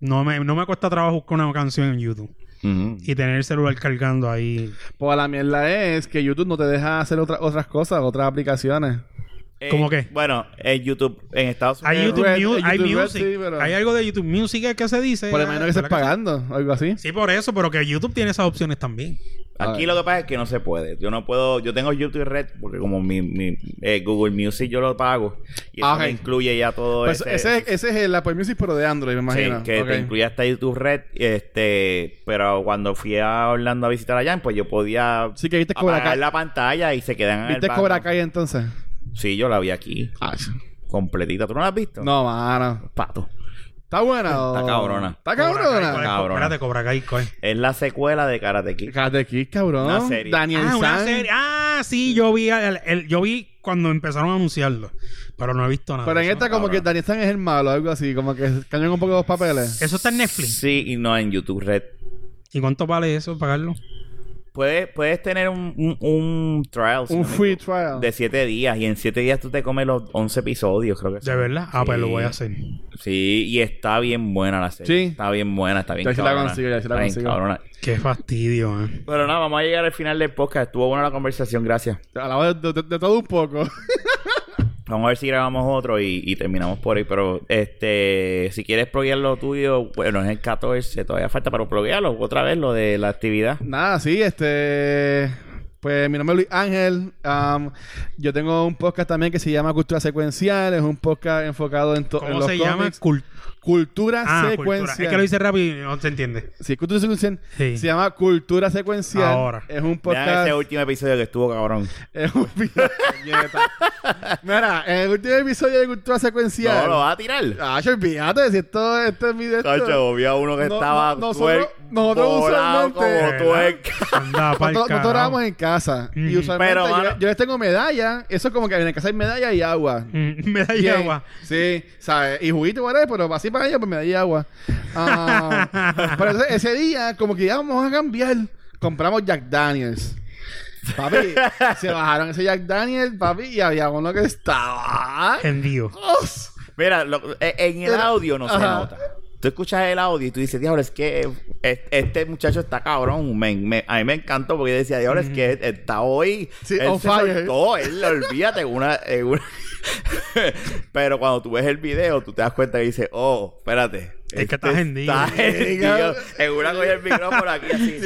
[SPEAKER 2] No me, no me cuesta trabajo buscar una canción en YouTube
[SPEAKER 1] Ujú.
[SPEAKER 2] y tener el celular cargando ahí.
[SPEAKER 3] Pues la mierda es que YouTube no te deja hacer otra- otras cosas, otras aplicaciones.
[SPEAKER 1] Eh,
[SPEAKER 2] ¿Cómo qué?
[SPEAKER 1] Bueno, en YouTube, en Estados Unidos.
[SPEAKER 2] Hay YouTube
[SPEAKER 3] Red-
[SPEAKER 2] Mu- hay
[SPEAKER 3] eh, YouTube Red,
[SPEAKER 2] Music.
[SPEAKER 3] sí, pero-
[SPEAKER 2] Hay algo de YouTube Music que se dice. Ah,
[SPEAKER 3] Por lo menos que estés
[SPEAKER 2] ¿verdad sí?
[SPEAKER 3] pagando, o algo así.
[SPEAKER 2] Sí, por eso, pero que YouTube tiene esas opciones también.
[SPEAKER 1] Aquí
[SPEAKER 3] A ver.
[SPEAKER 1] lo que pasa es que no se puede. Yo no puedo. Yo tengo YouTube Red porque como mi, mi, eh, Google Music yo lo pago y eso
[SPEAKER 3] Ah, ok.
[SPEAKER 1] me incluye ya todo
[SPEAKER 3] Pues
[SPEAKER 1] ese,
[SPEAKER 3] ese, es- ese es el Apple Music, pero de Android, me
[SPEAKER 1] sí,
[SPEAKER 3] imagino.
[SPEAKER 1] que
[SPEAKER 3] Ok.
[SPEAKER 1] te incluye hasta YouTube Red. Este, pero cuando fui a Orlando a visitar a Jan, pues yo podía
[SPEAKER 3] Sí, que viste Cobra
[SPEAKER 1] apagar
[SPEAKER 3] Kai.
[SPEAKER 1] la pantalla y se quedan en el
[SPEAKER 3] ¿Viste
[SPEAKER 1] banco.
[SPEAKER 3] Cobra Kai entonces?
[SPEAKER 1] Sí, yo la vi aquí completita. ¿Tú no la has visto?
[SPEAKER 3] Ah, No, mano.
[SPEAKER 1] Pato.
[SPEAKER 3] ¿Está buena o...?
[SPEAKER 1] Está cabrona.
[SPEAKER 3] ¿Está
[SPEAKER 2] Cobra Kai, ¿cuál es?
[SPEAKER 3] Ah, cabrona?
[SPEAKER 1] Cabrona.
[SPEAKER 2] Espérate, Cobra Kai, ¿cuál es?
[SPEAKER 1] Es la secuela de Karate Kid.
[SPEAKER 3] Karate Kid, cabrón.
[SPEAKER 1] Una serie.
[SPEAKER 3] Daniel
[SPEAKER 2] Ah, una
[SPEAKER 3] San.
[SPEAKER 2] serie. Ah, sí, yo vi, el- el- yo vi cuando empezaron a anunciarlo, pero no he visto nada.
[SPEAKER 3] Pero en
[SPEAKER 2] Eso-
[SPEAKER 3] esta como
[SPEAKER 1] cabrón.
[SPEAKER 3] que Daniel San es el malo, algo así. Como que cañan un poco los papeles.
[SPEAKER 2] Eso está en Netflix.
[SPEAKER 1] Sí, y no en YouTube Red.
[SPEAKER 2] ¿Y cuánto vale eso pagarlo?
[SPEAKER 1] Puedes, puedes tener un, un, un trial. si
[SPEAKER 3] Un
[SPEAKER 1] no me
[SPEAKER 3] free
[SPEAKER 1] equivoco.
[SPEAKER 3] trial.
[SPEAKER 1] De 7 días. Y en 7 días tú te comes los 11 episodios, creo que
[SPEAKER 2] ¿De
[SPEAKER 1] son.
[SPEAKER 2] verdad? Ah,
[SPEAKER 1] Sí.
[SPEAKER 2] pues lo voy a hacer.
[SPEAKER 1] Sí, y está bien buena la serie.
[SPEAKER 3] Sí.
[SPEAKER 1] Está bien buena, está bien
[SPEAKER 3] Ya sí la
[SPEAKER 1] cabrona.
[SPEAKER 3] consigo, ya sí la
[SPEAKER 1] Está bien
[SPEAKER 3] consigo.
[SPEAKER 1] cabrona.
[SPEAKER 2] Qué fastidio, eh.
[SPEAKER 1] Pero nada, vamos a llegar al final del podcast. Estuvo buena la conversación, gracias.
[SPEAKER 3] Hablamos de, de- de todo un poco.
[SPEAKER 1] Vamos a ver si grabamos otro y, y terminamos por ahí. Pero este, si quieres proguear lo tuyo, bueno, es el 14, todavía falta, pero proguealo otra vez lo de la actividad.
[SPEAKER 3] Nada, sí, este... Pues mi nombre es Luis Ángel. Am, yo tengo un podcast también que se llama Cultura Secuencial. Es un podcast enfocado en, to- en
[SPEAKER 2] ¿Cómo
[SPEAKER 3] los
[SPEAKER 2] se llama?
[SPEAKER 3] cómics.
[SPEAKER 2] Cult-
[SPEAKER 3] Cultura
[SPEAKER 2] ah, cultura.
[SPEAKER 3] Secuencial.
[SPEAKER 2] Es que lo hice rápido y no se entiende.
[SPEAKER 3] Sí, Cultura Secuencial.
[SPEAKER 2] Sí.
[SPEAKER 3] Se llama Cultura Secuencial.
[SPEAKER 2] Ahora.
[SPEAKER 3] Es un
[SPEAKER 1] Vean
[SPEAKER 3] podcast...
[SPEAKER 1] ese último episodio que estuvo cabrón.
[SPEAKER 3] Es un video- puñeta. <laughs> Mira, en el último episodio de Cultura Secuencial.
[SPEAKER 1] No, lo vas a tirar.
[SPEAKER 3] Ah, yo olvídate, si esto, esto es mi de esto.
[SPEAKER 1] Cacho, vi a uno que
[SPEAKER 3] No,
[SPEAKER 1] estaba
[SPEAKER 3] no, nosotros-
[SPEAKER 1] tuer-
[SPEAKER 3] nosotros
[SPEAKER 1] volado como
[SPEAKER 3] usualmente-
[SPEAKER 1] tuerca.
[SPEAKER 3] <laughs>
[SPEAKER 2] Anda, pa'l
[SPEAKER 3] Nosotros, nosotros
[SPEAKER 2] carajo.
[SPEAKER 3] grabamos en casa. Y
[SPEAKER 2] Ujú.
[SPEAKER 3] usualmente
[SPEAKER 1] Pero,
[SPEAKER 3] yo,
[SPEAKER 1] mano-
[SPEAKER 3] yo les tengo medalla. Eso es como que en casa hay medalla y agua.
[SPEAKER 2] Mm, <laughs> Me da
[SPEAKER 3] Y en-
[SPEAKER 2] agua.
[SPEAKER 3] Sí, ¿sabes? Y juguito, whatever, pero así para ellos, pues medalla y agua. Ah, pero entonces, ese día, como que ya vamos a cambiar. Compramos Jack Daniels. Papi, se bajaron ese Jack Daniels, papi, y había uno que estaba.
[SPEAKER 2] Hendido.
[SPEAKER 3] ¡Dios!
[SPEAKER 1] Mira, lo- eh, en el
[SPEAKER 3] Era-
[SPEAKER 1] audio no se
[SPEAKER 3] Ajá.
[SPEAKER 1] nota. Tú escuchas el audio y tú dices, diablo, es que es- este muchacho está cabrón. Me- me- a mí me encantó porque yo decía, diablo, es que está hoy.
[SPEAKER 3] Sí,
[SPEAKER 1] él
[SPEAKER 3] on
[SPEAKER 1] se
[SPEAKER 3] fire.
[SPEAKER 1] soltó, él, olvídate, en una... en una- <laughs> Pero cuando tú ves el video, tú te das cuenta y dices, oh, espérate.
[SPEAKER 2] Es que estás hendido.
[SPEAKER 1] Está
[SPEAKER 3] <laughs>
[SPEAKER 1] hendido. En una cogí el micrófono aquí así.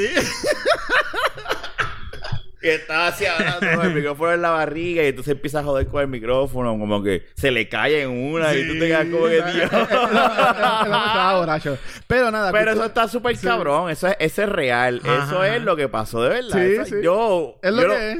[SPEAKER 1] Y estaba así hablando con el micrófono en la barriga y entonces empieza a joder con el micrófono, como que se le cae en una y tú te quedas como que
[SPEAKER 3] El
[SPEAKER 1] tío.
[SPEAKER 3] hombre- el hombre estaba borracho. Pero nada.
[SPEAKER 1] Pero
[SPEAKER 3] cultu-
[SPEAKER 1] eso está súper cabrón, eso es, eso es real,
[SPEAKER 2] Ajá.
[SPEAKER 1] eso es lo que pasó de verdad.
[SPEAKER 3] Sí,
[SPEAKER 1] Eso-
[SPEAKER 3] sí.
[SPEAKER 1] Yo,
[SPEAKER 3] Es lo
[SPEAKER 1] yo
[SPEAKER 3] que es.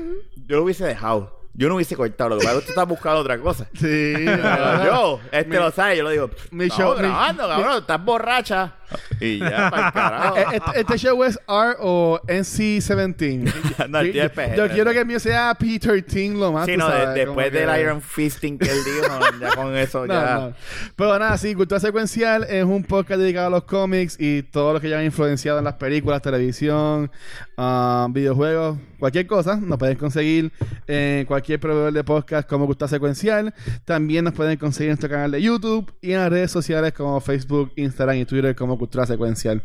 [SPEAKER 1] yo lo hubiese dejado. Yo no hubiese cortado, lo que pasa es que tú estás buscando otra cosa. <laughs>
[SPEAKER 3] Sí,
[SPEAKER 1] Pero
[SPEAKER 3] no.
[SPEAKER 1] yo, este
[SPEAKER 3] Mi-
[SPEAKER 1] lo sabe, yo le digo,
[SPEAKER 3] mi
[SPEAKER 1] mi
[SPEAKER 3] show-
[SPEAKER 1] show,
[SPEAKER 3] mi-
[SPEAKER 1] grabando, cabrón, estás borracha. Y
[SPEAKER 3] <laughs>
[SPEAKER 1] ya, para el carajo.
[SPEAKER 3] Eh, este, este show es R o NC-17.
[SPEAKER 1] <laughs> No, el
[SPEAKER 3] yo,
[SPEAKER 1] tío es PG.
[SPEAKER 3] yo quiero que el mío sea P-13 lo más.
[SPEAKER 1] Sí,
[SPEAKER 3] ah, tú
[SPEAKER 1] no, de-
[SPEAKER 3] sabes,
[SPEAKER 1] después
[SPEAKER 3] como
[SPEAKER 1] del
[SPEAKER 3] que-
[SPEAKER 1] Iron Fisting que él dijo, ya con eso,
[SPEAKER 3] <laughs> No,
[SPEAKER 1] ya.
[SPEAKER 3] no. Pero nada, sí, Cultura Secuencial es un podcast dedicado a los cómics y todo lo que ya han influenciado en las películas, televisión, ah, videojuegos, cualquier cosa. Nos pueden conseguir en cualquier proveedor de podcast como Cultura Secuencial. También nos pueden conseguir en nuestro canal de YouTube y en las redes sociales como Facebook, Instagram y Twitter como Cultura Secuencial.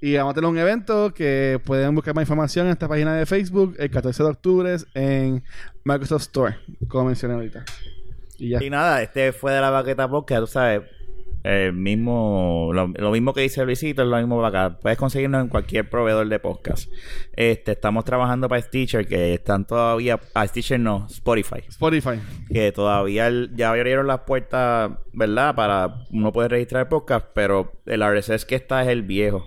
[SPEAKER 3] Y vamos a tener un evento que pueden buscar más información en esta página de Facebook el 14 de octubre en Microsoft Store, como mencioné ahorita. Y ya.
[SPEAKER 1] Y nada, este fue de la baqueta podcast, tú sabes. El mismo, lo, lo mismo que dice Luisito es lo mismo para acá. Puedes conseguirnos en cualquier proveedor de podcast. Este, estamos trabajando para Stitcher, que están todavía, a Stitcher no, Spotify.
[SPEAKER 3] Spotify.
[SPEAKER 1] que todavía el- ya abrieron las puertas, ¿verdad? Para uno poder registrar podcast, pero el RSS que está es el viejo.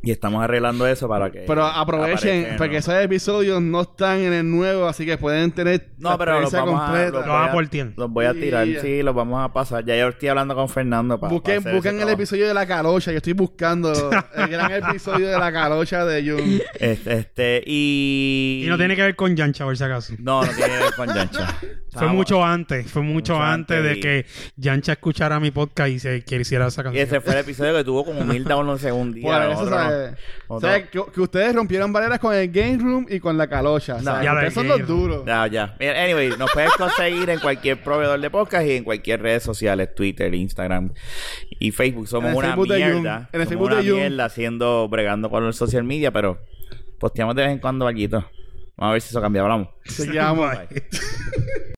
[SPEAKER 1] Y estamos arreglando eso para que...
[SPEAKER 3] Pero aprovechen,
[SPEAKER 1] aparezca, Eh, ¿no?
[SPEAKER 3] porque esos episodios no están en el nuevo, así que pueden tener
[SPEAKER 1] No, pero los
[SPEAKER 3] experiencia
[SPEAKER 1] vamos a...
[SPEAKER 2] Lo vamos a portear.
[SPEAKER 1] Los voy a tirar,
[SPEAKER 3] Yeah.
[SPEAKER 1] sí, los vamos a pasar. Ya yo estoy hablando con Fernando para...
[SPEAKER 3] Busquen, busquen el episodio de la calocha, yo estoy
[SPEAKER 1] <laughs>
[SPEAKER 3] buscando el gran episodio de la calocha de Jun.
[SPEAKER 1] Este, este, y...
[SPEAKER 2] Y no tiene que ver con Yancha, por si acaso.
[SPEAKER 1] No, no tiene que ver con Yancha.
[SPEAKER 2] <laughs> Fue
[SPEAKER 1] Estábamos-
[SPEAKER 2] mucho antes, fue mucho,
[SPEAKER 1] Mucho
[SPEAKER 2] antes
[SPEAKER 1] antes
[SPEAKER 2] de
[SPEAKER 1] y-
[SPEAKER 2] que Yancha escuchara mi podcast y se que hiciera esa
[SPEAKER 1] Y
[SPEAKER 2] canción.
[SPEAKER 1] ese fue el episodio que tuvo como mil downloads en un día.
[SPEAKER 3] Por
[SPEAKER 1] los
[SPEAKER 3] eso,
[SPEAKER 1] otros no.
[SPEAKER 3] ¿sabes? O
[SPEAKER 1] Otro-
[SPEAKER 3] sea, que, que ustedes rompieron barreras con el Game Room y con la calocha. o sea,
[SPEAKER 1] No,
[SPEAKER 2] ya
[SPEAKER 3] ustedes
[SPEAKER 2] la
[SPEAKER 3] son
[SPEAKER 2] Game
[SPEAKER 3] los
[SPEAKER 2] Room.
[SPEAKER 3] duros.
[SPEAKER 1] Ya, Ah, ya. Mira, Anyway, nos puedes conseguir en cualquier proveedor de podcast y en cualquier redes sociales, Twitter, Instagram y Facebook. Somos
[SPEAKER 3] En el
[SPEAKER 1] una
[SPEAKER 3] Facebook de Jun.
[SPEAKER 1] mierda.
[SPEAKER 3] En
[SPEAKER 1] Somos
[SPEAKER 3] el Facebook
[SPEAKER 1] una
[SPEAKER 3] de Jun.
[SPEAKER 1] mierda haciendo, bregando con el social media, pero posteamos de vez en cuando algo. Vamos a ver si eso cambia, hablamos.
[SPEAKER 3] Se llaman.
[SPEAKER 2] Bye.